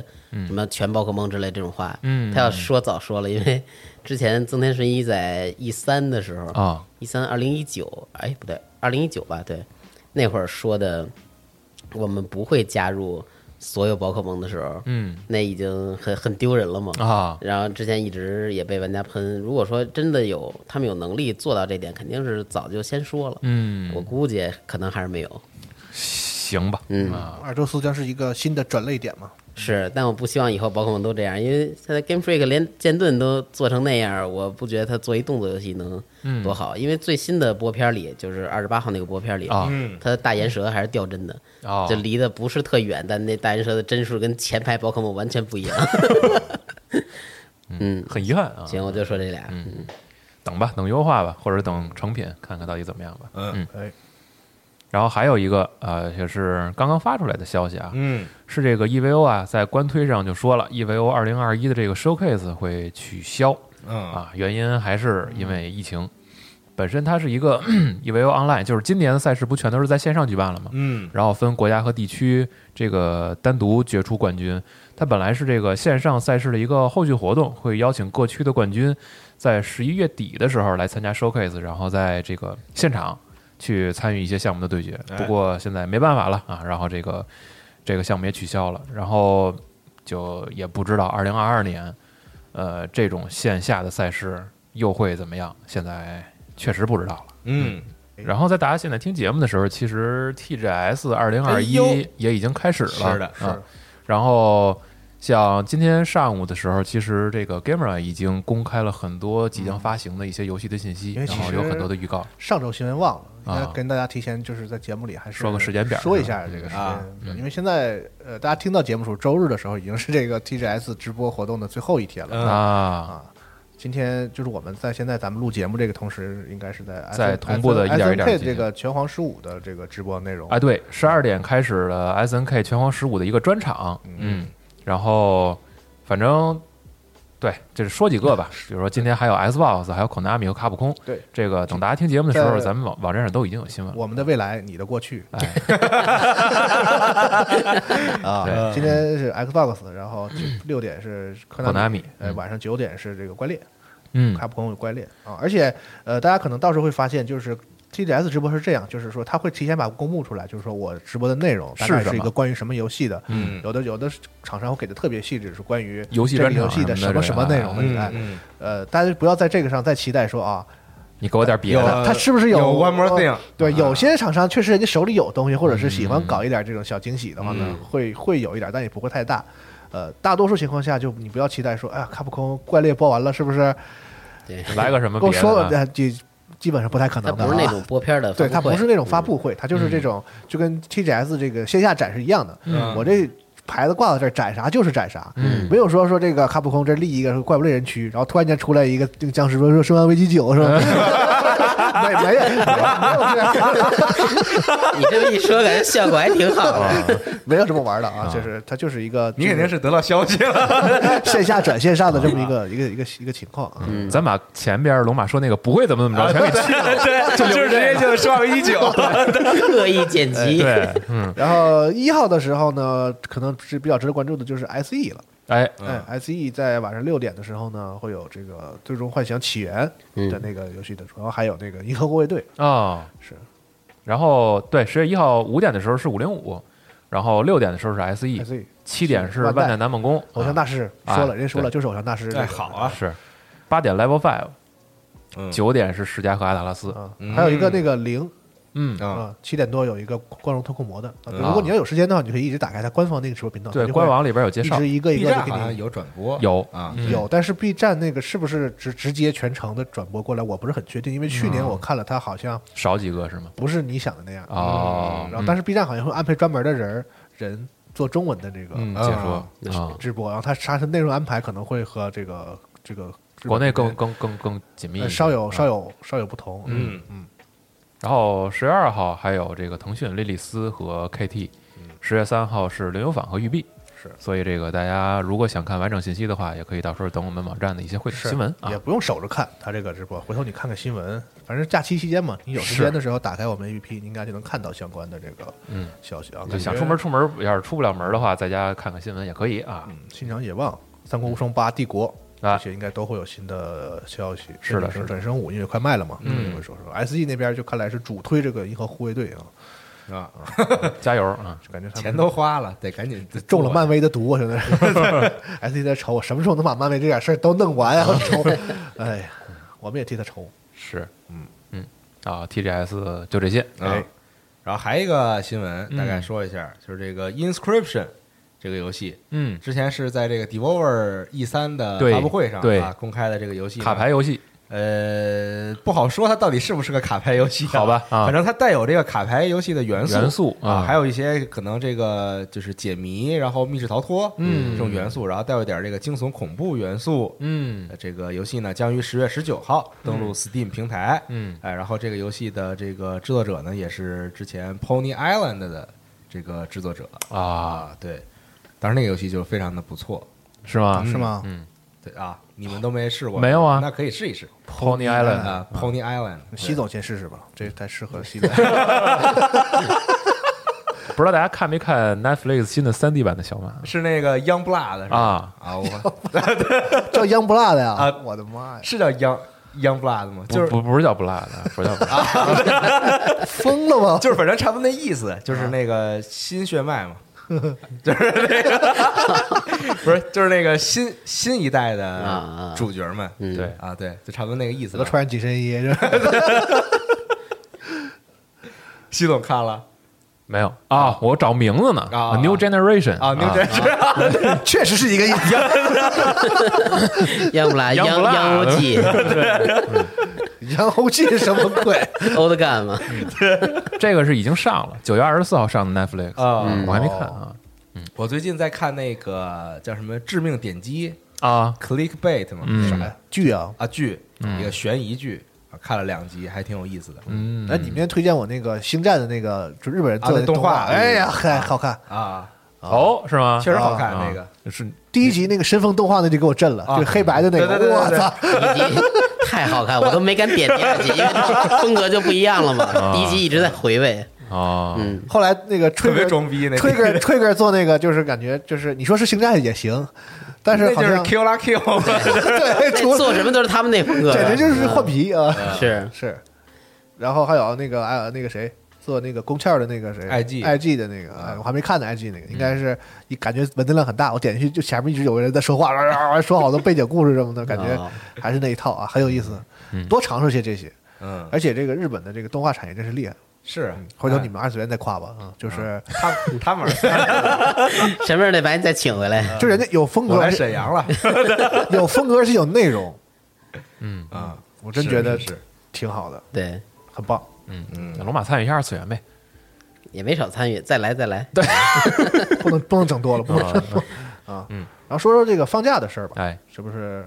Speaker 6: 什么全宝可梦之类这种话，
Speaker 3: 嗯
Speaker 6: 他要说早说了，因为之前增田顺一在 E 三的时候
Speaker 3: 啊，
Speaker 6: 一三二零一九，哎，不对，二零一九吧，对，那会儿说的，我们不会加入所有宝可梦的时候，
Speaker 3: 嗯
Speaker 6: 那已经很很丢人了嘛，
Speaker 3: 啊，
Speaker 6: 然后之前一直也被玩家喷。如果说真的有他们有能力做到这点，肯定是早就先说了。
Speaker 3: 嗯，
Speaker 6: 我估计可能还是没有。
Speaker 3: 行吧，
Speaker 6: 嗯
Speaker 3: 啊，
Speaker 5: 阿尔宙斯将是一个新的转类点嘛？
Speaker 6: 是，但我不希望以后宝可梦都这样，因为现在 Game Freak 连剑盾都做成那样，我不觉得他做一动作游戏能
Speaker 3: 嗯
Speaker 6: 多好。因为最新的播片里，就是二十八号那个播片里，
Speaker 3: 啊
Speaker 2: 嗯
Speaker 6: 他的大岩蛇还是掉针的，
Speaker 3: 啊
Speaker 6: 就，离得不是特远，但那大岩蛇的帧数跟前排宝可梦完全不一
Speaker 3: [LAUGHS]
Speaker 6: 样。嗯，
Speaker 3: 很遗憾啊，
Speaker 6: 行，我就说这俩。嗯
Speaker 3: 等吧，等优化吧，或者等成品，看看到底怎么样吧。
Speaker 2: 嗯
Speaker 3: 嗯
Speaker 5: 哎，
Speaker 3: 然后还有一个呃，也是刚刚发出来的消息啊，
Speaker 2: 嗯
Speaker 3: 是这个 EVO 啊，在官推上就说了，EVO 二零二一的这个 showcase 会取消
Speaker 2: 嗯
Speaker 3: 啊，原因还是因为疫情。本身它是一个 [CLEARS THROAT] EVO Online，就是今年的赛事不全都是在线上举办了吗？
Speaker 2: 嗯
Speaker 3: 然后分国家和地区这个单独决出冠军。它本来是这个线上赛事的一个后续活动，会邀请各区的冠军在十一月底的时候来参加 showcase，然后在这个现场去参与一些项目的对决
Speaker 2: 哎。
Speaker 3: 不过现在没办法了啊，然后这个这个项目也取消了，然后就也不知道二零二二年，呃，这种线下的赛事又会怎么样？现在确实不知道了。
Speaker 2: 嗯
Speaker 3: 然后在大家现在听节目的时候，其实 TGS 二零
Speaker 2: 哎
Speaker 3: 二
Speaker 2: 呦
Speaker 3: 一也已经开始了，
Speaker 2: 是的
Speaker 3: 啊。然后像今天上午的时候，其实这个 Gamera 已经公开了很多即将发行的一些游戏的信息，
Speaker 5: 因
Speaker 3: 然
Speaker 5: 为其
Speaker 3: 后有
Speaker 5: 实
Speaker 3: 很多的预告。
Speaker 5: 上周新闻忘了，应
Speaker 3: 啊
Speaker 5: 该跟大家提前就是在节目里还是
Speaker 3: 说个时间表
Speaker 5: 说一下这个时
Speaker 2: 啊
Speaker 5: 间表，因为现在呃大家听到节目时候，周日的时候已经是这个 [LAUGHS] TGS 直播活动的最后一天了。
Speaker 2: 嗯
Speaker 3: 啊，
Speaker 5: 今天就是我们在现在咱们录节目这个同时，应该是在
Speaker 3: 在同步地一点一点
Speaker 5: SNK
Speaker 3: 进行
Speaker 5: 这个拳皇十五的这个直播内容
Speaker 3: 哎，对，十二点开始了 S N K 拳皇十五的一个专场，嗯，然后反正对，就是说几个吧，比如说今天还有 S Box，还有 Konami 和卡普空，
Speaker 5: 对，
Speaker 3: 这个等大家听节目的时候，
Speaker 5: 在
Speaker 3: 咱们网网站上都已经有新闻了。
Speaker 5: 我们的未来，你的过去 [LAUGHS]
Speaker 3: 哎，
Speaker 5: 啊
Speaker 3: 对！
Speaker 5: 今天是 Xbox，然后九六点是科纳
Speaker 3: Konami，
Speaker 5: 呃，
Speaker 3: 嗯
Speaker 5: 晚上九点是这个怪猎，
Speaker 3: 嗯
Speaker 5: 卡普空有怪猎啊！而且呃，大家可能到时候会发现，就是 TGS 直播是这样，就是说他会提前把公布出来，就是说我直播的内容大概
Speaker 3: 是什么
Speaker 5: 是一个关于什么游戏的，
Speaker 2: 嗯
Speaker 5: 有的有的厂商会给的特别细致，是关于
Speaker 3: 游戏
Speaker 5: 这个
Speaker 3: 专场
Speaker 5: 游戏的
Speaker 3: 什
Speaker 5: 什
Speaker 3: 么
Speaker 5: 么
Speaker 3: 之
Speaker 5: 什
Speaker 3: 类的
Speaker 5: 么内容
Speaker 2: 嗯
Speaker 5: 的，哎
Speaker 2: 嗯，
Speaker 5: 呃，大家不要在这个上再期待说啊，
Speaker 3: 你给我点别
Speaker 2: 有
Speaker 3: 的，
Speaker 2: 呃
Speaker 5: 他是不是
Speaker 2: 有 one more
Speaker 5: 呃
Speaker 2: thing 啊
Speaker 5: 对，有些厂商确实人家手里有东西，或者是喜欢搞一点这种小惊喜的话呢
Speaker 2: 嗯，
Speaker 5: 会会有一点，但也不会太大。呃，大多数情况下，就你不要期待说，哎呀，卡普空怪猎播完了，是不是？
Speaker 6: 对，
Speaker 3: 来个什么
Speaker 5: 跟
Speaker 3: 别
Speaker 5: 我
Speaker 3: 的
Speaker 5: 说
Speaker 3: 啊？
Speaker 5: 了，呃基基本上不太可
Speaker 6: 它
Speaker 5: 能的、啊。
Speaker 6: 不是那种播片儿的发
Speaker 5: 对，
Speaker 6: 布
Speaker 5: 它不
Speaker 6: 会
Speaker 5: 是那种发布会，它就是这种，就跟 TGS 这个线下展是一样的。
Speaker 2: 嗯
Speaker 5: 我这牌子挂到这儿，展啥就是展啥，
Speaker 3: 嗯
Speaker 5: 没有说说这个卡普空这立一个怪物猎人区，然后突然间出来一个这个僵尸说说《生化危机九》是吧？ [LAUGHS] 没没有没有这样，
Speaker 6: 嗯你这么一说，感觉效果还挺好
Speaker 3: 啊
Speaker 6: [LAUGHS] 的。
Speaker 5: 没有这么玩的啊，就是它就是一个
Speaker 2: 你肯定是得到消息
Speaker 6: [LAUGHS]
Speaker 2: 了，
Speaker 5: 线下转线上的这么一个一个一个一个情况啊。
Speaker 3: 咱把前边龙马说那个不会怎么怎么着全给去了。
Speaker 2: 嗯啊对，就是直接就说个一九，
Speaker 6: 刻意剪辑，
Speaker 3: [LAUGHS] 对，
Speaker 2: [LAUGHS]
Speaker 3: 嗯，
Speaker 5: 然后一号的时候呢，可能是比较值得关注的就是 SE 了。
Speaker 3: 哎，
Speaker 2: 嗯
Speaker 5: 哎，S.E 在晚上六点的时候呢，会有这个《最终幻想起源》
Speaker 6: 嗯
Speaker 5: 的那个游戏的，主要还有那个《银河护卫队》
Speaker 3: 哦，
Speaker 5: 是。
Speaker 3: 然后对，十月一号五点的时候是五零五，然后六点的时候是 SE，
Speaker 5: S.E
Speaker 3: 七点是
Speaker 5: 万代哦
Speaker 3: 万代南梦宫，
Speaker 5: E，偶像大师
Speaker 3: 嗯啊
Speaker 5: 说
Speaker 3: 哎
Speaker 5: 了，人家说了就是偶像大师。
Speaker 2: 哎，好
Speaker 3: 啊
Speaker 2: 啊，
Speaker 3: 是八点 Level Five，
Speaker 2: 嗯
Speaker 3: 九点是世嘉和阿达拉斯，
Speaker 5: 啊
Speaker 2: 嗯，
Speaker 5: 还有一个那个零
Speaker 3: 嗯，
Speaker 2: 啊，
Speaker 5: 啊，七点多有一个光荣特库摩的。啊
Speaker 2: 嗯
Speaker 5: 如果你要有时间的话，你可以一直打开它官方那个直播频道，它
Speaker 3: 对，
Speaker 5: 就会
Speaker 3: 官网里边有介
Speaker 5: 一
Speaker 3: 绍，
Speaker 5: 直一个一
Speaker 2: B
Speaker 5: 个的
Speaker 2: 站
Speaker 5: 给
Speaker 2: 好像
Speaker 5: 你。
Speaker 2: 有转播，
Speaker 3: 有
Speaker 2: 啊，
Speaker 3: 嗯
Speaker 5: 有，但是 B 站那个是不是直直接全程的转播过来，我不是很确定，因为去年我看了，它好像
Speaker 3: 少几个是吗？
Speaker 5: 不是你想的那样。嗯
Speaker 3: 哦，
Speaker 5: 然后，但是 B 站好像会安排专门的人儿人做中文的这个
Speaker 3: 嗯
Speaker 2: 啊
Speaker 3: 解说啊，
Speaker 5: 直播，然后它它是内容安排可能会和这个这个日本
Speaker 3: 国内更
Speaker 5: 这边
Speaker 3: 更更更紧密一
Speaker 5: 呃
Speaker 3: 些，
Speaker 5: 稍有
Speaker 3: 啊
Speaker 5: 稍有稍有不同。
Speaker 2: 嗯
Speaker 3: 然后十月二号还有这个腾讯莉莉丝和 KT，十月三号是林有坊和育碧。
Speaker 5: 是，
Speaker 3: 所以这个大家如果想看完整信息的话，也可以到时候等我们网站的一些会
Speaker 5: 是
Speaker 3: 新闻啊
Speaker 5: 也。不用守着看它这个直播，回头你看看新闻，反正假期期间嘛，你有时
Speaker 3: 是
Speaker 5: 间的时候打开我们 APP，你应该就能看到相关的这个
Speaker 3: 嗯
Speaker 5: 消息啊。
Speaker 3: 就想出门，出门，要是出不了门的话，在家看看新闻也可以啊。
Speaker 5: 嗯，新长野望、三国无双八、帝国。
Speaker 3: 啊
Speaker 5: 这些应该都会有新的消息，
Speaker 3: 是的
Speaker 5: 甚至
Speaker 3: 是的
Speaker 5: 转生五因为快卖了嘛，
Speaker 3: 嗯
Speaker 5: 也会说说 S E 那边就看来是主推这个银河护卫队啊，
Speaker 2: 啊，
Speaker 3: 加油啊！
Speaker 5: 就感觉他们
Speaker 2: 钱都花了，得赶紧
Speaker 5: 中了漫威的毒啊！现在 [LAUGHS] S E 在愁我什么时候能把漫威这点事儿都弄完
Speaker 2: 嗯
Speaker 5: 啊？愁，哎呀，我们也替他愁。
Speaker 3: 是，嗯嗯啊，TGS 就这些。
Speaker 2: 啊
Speaker 5: 哎。
Speaker 2: 然后还有一个新闻，大概说一下，就是这个 Inscription 这个游戏，
Speaker 3: 嗯，
Speaker 2: 之前是在这个 Devolver E 三的
Speaker 3: 对
Speaker 2: 发布会上
Speaker 3: 对
Speaker 2: 啊公开的这个游戏呢
Speaker 3: 卡牌，游戏
Speaker 2: 呃，不好说它到底是不是个卡牌游戏啊，
Speaker 3: 好吧啊
Speaker 2: 反正它带有这个卡牌游戏的元素
Speaker 3: 元素
Speaker 2: 啊，还
Speaker 3: 有
Speaker 2: 有一些可能这个就是解谜，然后密室逃脱，
Speaker 3: 嗯
Speaker 2: 这种元素，然后带有点这个惊悚恐怖元素。
Speaker 3: 嗯
Speaker 2: 呃这个游戏呢，将于十月十九号登陆 Steam 平台。
Speaker 3: 嗯
Speaker 2: 哎，然后这个游戏的这个制作者呢，也是之前 Pony Island 的这个制作者
Speaker 3: 啊，
Speaker 2: 啊。对，当时那个游戏就非常的不错。
Speaker 3: 是吗？
Speaker 5: 是吗？
Speaker 3: 嗯
Speaker 2: 对啊，你们都没试过？
Speaker 3: 没有啊嗯
Speaker 2: 那可以试一试
Speaker 3: ，Pony Island
Speaker 2: 啊，Pony Island。
Speaker 5: 嗯习总先试试吧，这太适合
Speaker 2: [LAUGHS]
Speaker 5: 习总。啊
Speaker 3: 不知道大家看没看 Netflix 新的3 D 版的小马
Speaker 2: 是那个 Young Blood 是吧
Speaker 3: 啊？
Speaker 2: 啊，我
Speaker 5: 叫央不辣的呀
Speaker 2: 啊！
Speaker 5: 我的妈呀，
Speaker 2: [LAUGHS] 是叫 Young Young Blood 吗？就是
Speaker 3: 不不不是叫不辣
Speaker 2: [LAUGHS]
Speaker 3: 的，不是叫不辣的
Speaker 5: 疯了吗？
Speaker 2: 就是反正差不多那意思，就是那个新血脉嘛，就是那个不是就是那个新新一代
Speaker 6: 啊
Speaker 2: 的
Speaker 6: 啊
Speaker 2: 主角们，
Speaker 6: 嗯
Speaker 3: 对
Speaker 2: 啊对，就差不多那个意思
Speaker 5: 都
Speaker 2: 吧。
Speaker 5: 穿上紧身衣， [LAUGHS] 是吧
Speaker 2: 西总看了
Speaker 3: 没有啊？我找名字呢
Speaker 2: 啊啊
Speaker 3: ，New Generation
Speaker 2: 啊，牛真是
Speaker 5: 确实是一个意
Speaker 2: 嗯
Speaker 5: 思。
Speaker 6: 要不啦，
Speaker 3: 央
Speaker 6: 央
Speaker 3: 不啊辣
Speaker 6: 央欧记
Speaker 5: [LAUGHS] 然后这是什么鬼？
Speaker 6: 欧的干嘛？
Speaker 3: 这个是已经上了，九月二十四号上的 Netflix，
Speaker 2: 啊！
Speaker 3: 我还没看啊
Speaker 2: 我最近在看那个叫什么《致命点击
Speaker 3: 啊》
Speaker 2: （Clickbait） 嘛，
Speaker 3: 嗯
Speaker 2: 啥呀
Speaker 5: 剧啊！
Speaker 2: 啊剧，一个悬疑剧，啊看了两集，还挺有意思的。
Speaker 3: 嗯，
Speaker 5: 哎，你们推荐我那个《星战》的那个，就日本人做
Speaker 2: 啊
Speaker 5: 的
Speaker 2: 那
Speaker 5: 那
Speaker 2: 动
Speaker 5: 动
Speaker 2: 画
Speaker 5: 画，哎呀，嗨，好看！
Speaker 2: 啊，
Speaker 3: 哦是吗？
Speaker 2: 确实好看
Speaker 3: 啊
Speaker 2: 那个。
Speaker 3: 是
Speaker 5: 第一集那个神风动画那就给我震了，
Speaker 2: 啊
Speaker 5: 就黑白的那
Speaker 2: 对对对
Speaker 5: 个，我
Speaker 2: 对对
Speaker 5: 操！
Speaker 6: 第
Speaker 3: [LAUGHS]
Speaker 6: 一集太好看，我都没敢点第二集，因为风格就不一样了
Speaker 3: 啊
Speaker 6: 嘛。第一集一直在回味，
Speaker 3: 哦，
Speaker 6: 嗯，
Speaker 5: 后来那个吹
Speaker 2: 特别
Speaker 5: 个
Speaker 2: 装逼那
Speaker 5: 推个推个做那个，就是感觉就是你说是星战也行，但是
Speaker 2: 那
Speaker 5: 好
Speaker 2: 就是
Speaker 5: 像
Speaker 2: Q 啦 Q，
Speaker 5: 对，除
Speaker 6: 那
Speaker 5: 了
Speaker 6: 做什么都是他们那风格，嗯
Speaker 5: 简直
Speaker 2: 嗯
Speaker 5: 就是换皮啊！
Speaker 6: 是
Speaker 5: 是，然后还有那个哎那个谁做那个宫壳的那个谁
Speaker 2: IG
Speaker 5: IG 的那个，哎我还没看呢 IG 那个，应该
Speaker 2: 嗯
Speaker 5: 是一感觉文字量很大，我点进去就前面一直有个人在说话，哇哇哇说好多背景故事什么的，感觉
Speaker 6: 哦
Speaker 5: 还是那一套啊，很有意思，多尝试些这些。
Speaker 2: 嗯，
Speaker 5: 而且这个日本的这个动画产业真是厉害，
Speaker 2: 是
Speaker 5: 回头你
Speaker 2: 哎
Speaker 5: 们二次元再夸吧啊，就是
Speaker 2: [LAUGHS] 他他们儿。
Speaker 6: 什么时候得把你再请回来？
Speaker 5: 就人家有风
Speaker 2: 啊我
Speaker 5: 格
Speaker 2: 来，沈阳了
Speaker 5: [LAUGHS] 有风格而且有内容，
Speaker 2: 啊！
Speaker 5: 我真觉得
Speaker 2: 是是
Speaker 5: 挺好的，
Speaker 6: 对，
Speaker 5: 很棒。
Speaker 3: 那嗯龙马参与一下二次元呗。
Speaker 6: 也没少参与，再来再来。
Speaker 2: 嗯
Speaker 5: 不能不能整多了，不能整多了啊。然后说说这个放假的事儿吧，
Speaker 3: 哎，
Speaker 5: 是不是？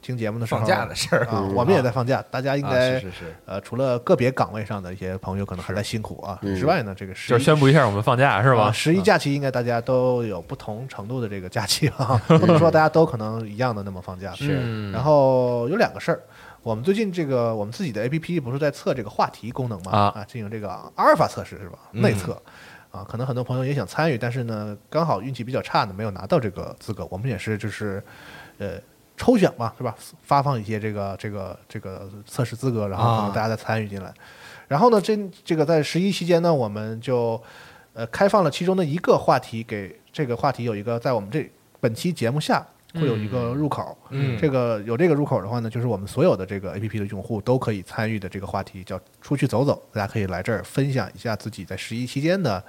Speaker 5: 听节目的时候
Speaker 2: 放假的事儿
Speaker 5: 啊，我们也在放假，大家 [LAUGHS] 应
Speaker 2: 啊
Speaker 5: 该
Speaker 2: 是是是，
Speaker 5: 呃，除了个别岗位上的一些朋友可能还在辛苦啊
Speaker 6: 嗯
Speaker 5: 之外呢，这个十
Speaker 3: 就是宣布一下我们放假是
Speaker 2: 啊
Speaker 3: 吧？
Speaker 5: 啊
Speaker 3: 嗯
Speaker 5: 十一假期应该大家都有不同程度的这个假期
Speaker 3: [LAUGHS]
Speaker 5: 啊，不能说大家都可能一样的那么放假。
Speaker 2: 是
Speaker 5: 然后有两个事儿，我们最近这个我们自己的 APP 不是在测这个话题功能嘛？
Speaker 3: 啊
Speaker 5: 进行这个阿尔法测试是吧？
Speaker 2: 嗯
Speaker 5: 内测。啊，可能很多朋友也想参与，但是呢，刚好运气比较差呢，没有拿到这个资格。我们也是就是，呃，抽选嘛，是吧？发放一些这个这个这个测试资格，然后可
Speaker 2: 啊
Speaker 5: 能大家再参与进来。然后呢，这这个在十一期间呢，我们就呃开放了其中的一个话题，给这个话题有一个在我们这本期节目下会有一个入口。
Speaker 2: 嗯
Speaker 5: 这个有这个入口的话呢，就是我们所有的这个 APP 的用户都可以参与的这个话题，叫出去走走，大家可以来这儿分享一下自己在十一期间的。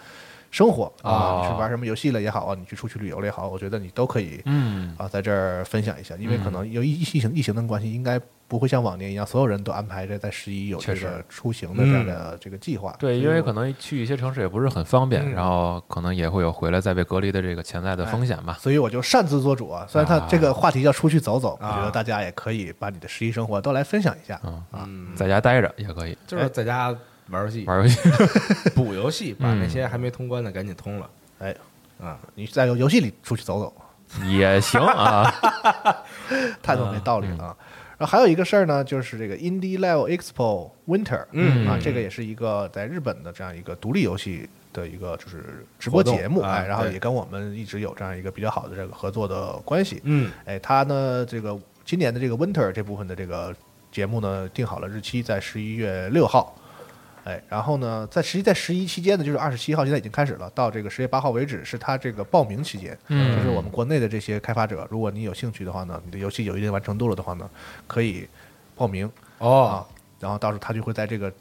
Speaker 5: 生活啊，
Speaker 3: 哦
Speaker 5: 你去玩什么游戏了也好啊，你去出去旅游了也好，我觉得你都可以
Speaker 3: 嗯，
Speaker 5: 啊，在这儿分享一下，因为可能由于疫疫情疫情的关系，应该不会像往年一样，所有人都安排着在十一有这
Speaker 3: 确实
Speaker 5: 个
Speaker 3: 嗯
Speaker 5: 出行的这样的这个计划。
Speaker 3: 对，
Speaker 5: 所以
Speaker 3: 因为
Speaker 5: 我
Speaker 3: 可能去一些城市也不是很方便，
Speaker 2: 嗯哎
Speaker 3: 然后可能也会有回来再被隔离的这个潜在的风险吧。
Speaker 5: 所以我就擅自做主啊，虽然他这个话题叫出去走走，
Speaker 2: 啊
Speaker 5: 我觉得大家也可以把你的十一生活都来分享一下。
Speaker 2: 嗯，
Speaker 3: 在家待着也可以
Speaker 2: 就是哎在家玩游戏，
Speaker 3: 玩游戏， [LAUGHS]
Speaker 2: 补游戏，把
Speaker 3: 嗯
Speaker 2: 那些还没通关的赶紧通了
Speaker 5: 哎，
Speaker 2: 啊！
Speaker 5: 你在游戏里出去走走，
Speaker 3: 也行啊。
Speaker 5: [LAUGHS] 太他妈没道理
Speaker 2: 嗯
Speaker 5: 了啊。然后还有一个事儿呢，就是这个 Indie Level Expo Winter，
Speaker 2: 嗯
Speaker 5: 啊
Speaker 2: 嗯，
Speaker 5: 这个也是一个在日本的这样一个独立游戏的一个就是直播节目，
Speaker 2: 活动啊
Speaker 5: 哎，然后
Speaker 2: 对
Speaker 5: 也跟我们一直有这样一个比较好的这个合作的关系，
Speaker 2: 嗯，
Speaker 5: 哎，它呢这个今年的这个 Winter 这部分的这个节目呢，定好了日期在十一月六号，哎，然后呢，在十一在十一期间呢，就是二十七号现在已经开始了，到这个十月八号为止是它这个报名期间，
Speaker 3: 嗯
Speaker 5: 就是我们国内的这些开发者，如果你有兴趣的话呢，你的游戏有一定完成度了的话呢，可以报名啊
Speaker 2: 哦，，
Speaker 5: 然后到时候他就会在这个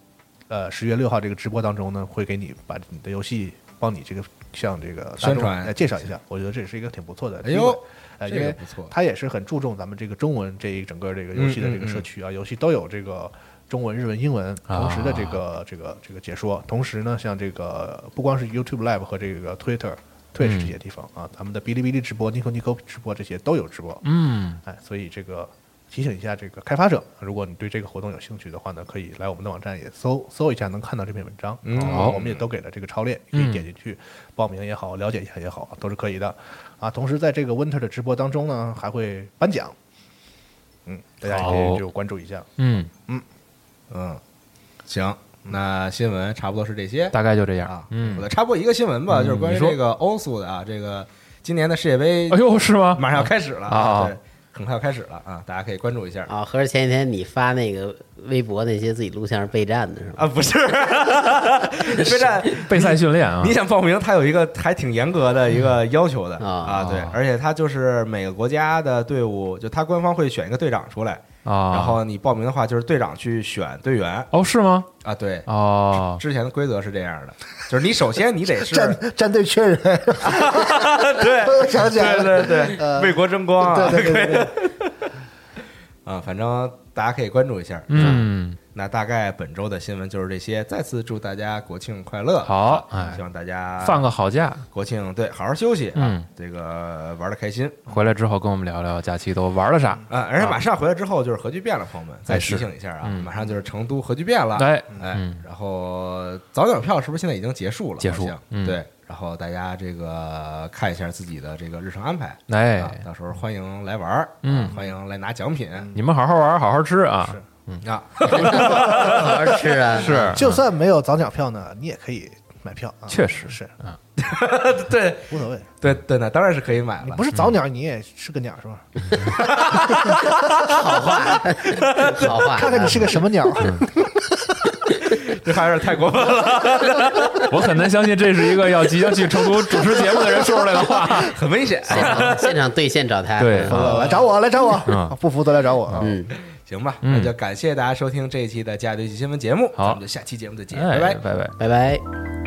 Speaker 5: 呃十月六号这个直播当中呢，会给你把你的游戏帮你这个向这个大众
Speaker 2: 宣传
Speaker 5: 来介绍一下，我觉得这也是一个挺不错的
Speaker 2: 哎
Speaker 5: 机会。
Speaker 2: 呦，
Speaker 5: 呃，
Speaker 2: 这
Speaker 5: 因
Speaker 2: 个
Speaker 5: 为
Speaker 2: 不错
Speaker 5: 他也是很注重咱们这个中文这一整个这个游戏的这个社区啊，游戏都有这个中文、日文、英文同时的这个、这个这个解说。同时呢，像这个不光是 YouTube Live 和这个 Twitter、Twitch 这些地方啊，咱们的哔哩哔哩直播、Nico Nico 直播这些都有直播。
Speaker 3: 嗯，
Speaker 5: 哎，所以这个提醒一下这个开发者，如果你对这个活动有兴趣的话呢，可以来我们的网站也搜搜一下，能看到这篇文章。
Speaker 2: 嗯
Speaker 5: 啊
Speaker 2: 好嗯
Speaker 5: 我们也都给了这个超链，可以点进去报名也好，了解一下也好，都是可以的。啊，同时在这个 Winter 的直播当中呢，还会颁奖。嗯，大家也可
Speaker 3: 好
Speaker 5: 以就关注一下。
Speaker 3: 嗯，
Speaker 2: 嗯，行，那新闻差不多是这些
Speaker 3: 大概就这样
Speaker 2: 啊。。我
Speaker 3: 嗯，
Speaker 2: 再插播一个新闻吧，
Speaker 3: 嗯
Speaker 2: 就是关于
Speaker 3: 你说
Speaker 2: 这个欧苏的啊，这个今年的世界杯
Speaker 3: 哎呦，是吗？
Speaker 2: 马上要开始了
Speaker 3: 啊
Speaker 2: 对，很快要开始了啊，大家可以关注一下
Speaker 6: 啊，合着前几天你发那个微博那些自己录像是备战的是
Speaker 3: [LAUGHS]
Speaker 6: 吧？
Speaker 2: 啊，不 [LAUGHS] 是，备战
Speaker 3: 备赛训练啊
Speaker 2: 你，想报名，它有一个还挺严格的一个要求的
Speaker 6: 啊
Speaker 2: 啊，对
Speaker 3: 啊，
Speaker 2: 而且它就是每个国家的队伍，就它官方会选一个队长出来，
Speaker 3: 啊，
Speaker 2: 然后你报名的话，就是队长去选队员
Speaker 3: 哦，是吗？
Speaker 2: 啊，对。
Speaker 3: 哦，
Speaker 2: 之前的规则是这样的，就是你首先你得
Speaker 3: [LAUGHS]
Speaker 2: 是
Speaker 5: 战队确认，
Speaker 2: [LAUGHS] 对，
Speaker 5: 想起来了
Speaker 2: 对对对，
Speaker 5: 呃
Speaker 2: 为国争光啊！
Speaker 5: 对对对对对，
Speaker 2: 啊，反正大家可以关注一下。，啊
Speaker 3: 嗯，
Speaker 2: 那大概本周的新闻就是这些。再次祝大家国庆快乐！
Speaker 3: 好
Speaker 2: 啊
Speaker 3: 哎
Speaker 2: 希望大家
Speaker 3: 放个好假，
Speaker 2: 国庆对好好休息啊，
Speaker 3: 嗯
Speaker 2: 这个玩的开心
Speaker 3: 回来之后跟我们聊聊假期都玩了啥。
Speaker 2: 啊。而且马上回来之后就是核聚变了，朋友们，再
Speaker 3: 哎
Speaker 2: 提
Speaker 3: 是
Speaker 2: 醒一下啊，
Speaker 3: 嗯
Speaker 2: 马上就是成都核聚变了。
Speaker 3: 哎，
Speaker 2: 哎，
Speaker 3: 嗯
Speaker 2: 然后早鸟票是不是现在已经结束了？
Speaker 3: 结束
Speaker 2: 好像
Speaker 3: 嗯
Speaker 2: 对。然后大家这个看一下自己的这个日程安排，啊
Speaker 3: 哎，
Speaker 2: 到时候欢迎来玩儿，
Speaker 3: 嗯
Speaker 2: 啊欢迎来拿奖品
Speaker 3: 你们好好玩，好好吃啊！
Speaker 2: 啊。 [LAUGHS]
Speaker 6: 好好吃啊！
Speaker 3: 是，
Speaker 5: 就算没有早鸟票呢，你也可以买票啊。
Speaker 3: 确实
Speaker 5: 是
Speaker 2: 对
Speaker 5: 无所谓，
Speaker 2: 对对，那当然是可以买
Speaker 5: 你
Speaker 2: 了
Speaker 5: 不。是早鸟，你也是个鸟是吧？
Speaker 6: 好话，好话，
Speaker 5: 看看你是个什么鸟。
Speaker 2: 这话有点太过分
Speaker 3: [LAUGHS]
Speaker 2: 了，
Speaker 3: 我很难相信这是一个要即将去成都主持节目的人说出来的话。
Speaker 2: 很危险。
Speaker 6: 现场现场对线找
Speaker 2: 哎
Speaker 6: 他，
Speaker 3: 对
Speaker 5: 疯 [LAUGHS] 了来找我，来找
Speaker 3: 嗯
Speaker 5: 我，不服都来找我啊！
Speaker 6: 嗯，
Speaker 2: 行吧，
Speaker 3: 嗯
Speaker 2: 那就感谢大家收听这一期的《加油一起新闻》节目，
Speaker 3: 好
Speaker 2: 咱们就下期节目再见，
Speaker 3: 哎
Speaker 2: 拜拜。
Speaker 3: 拜拜。
Speaker 6: 拜拜。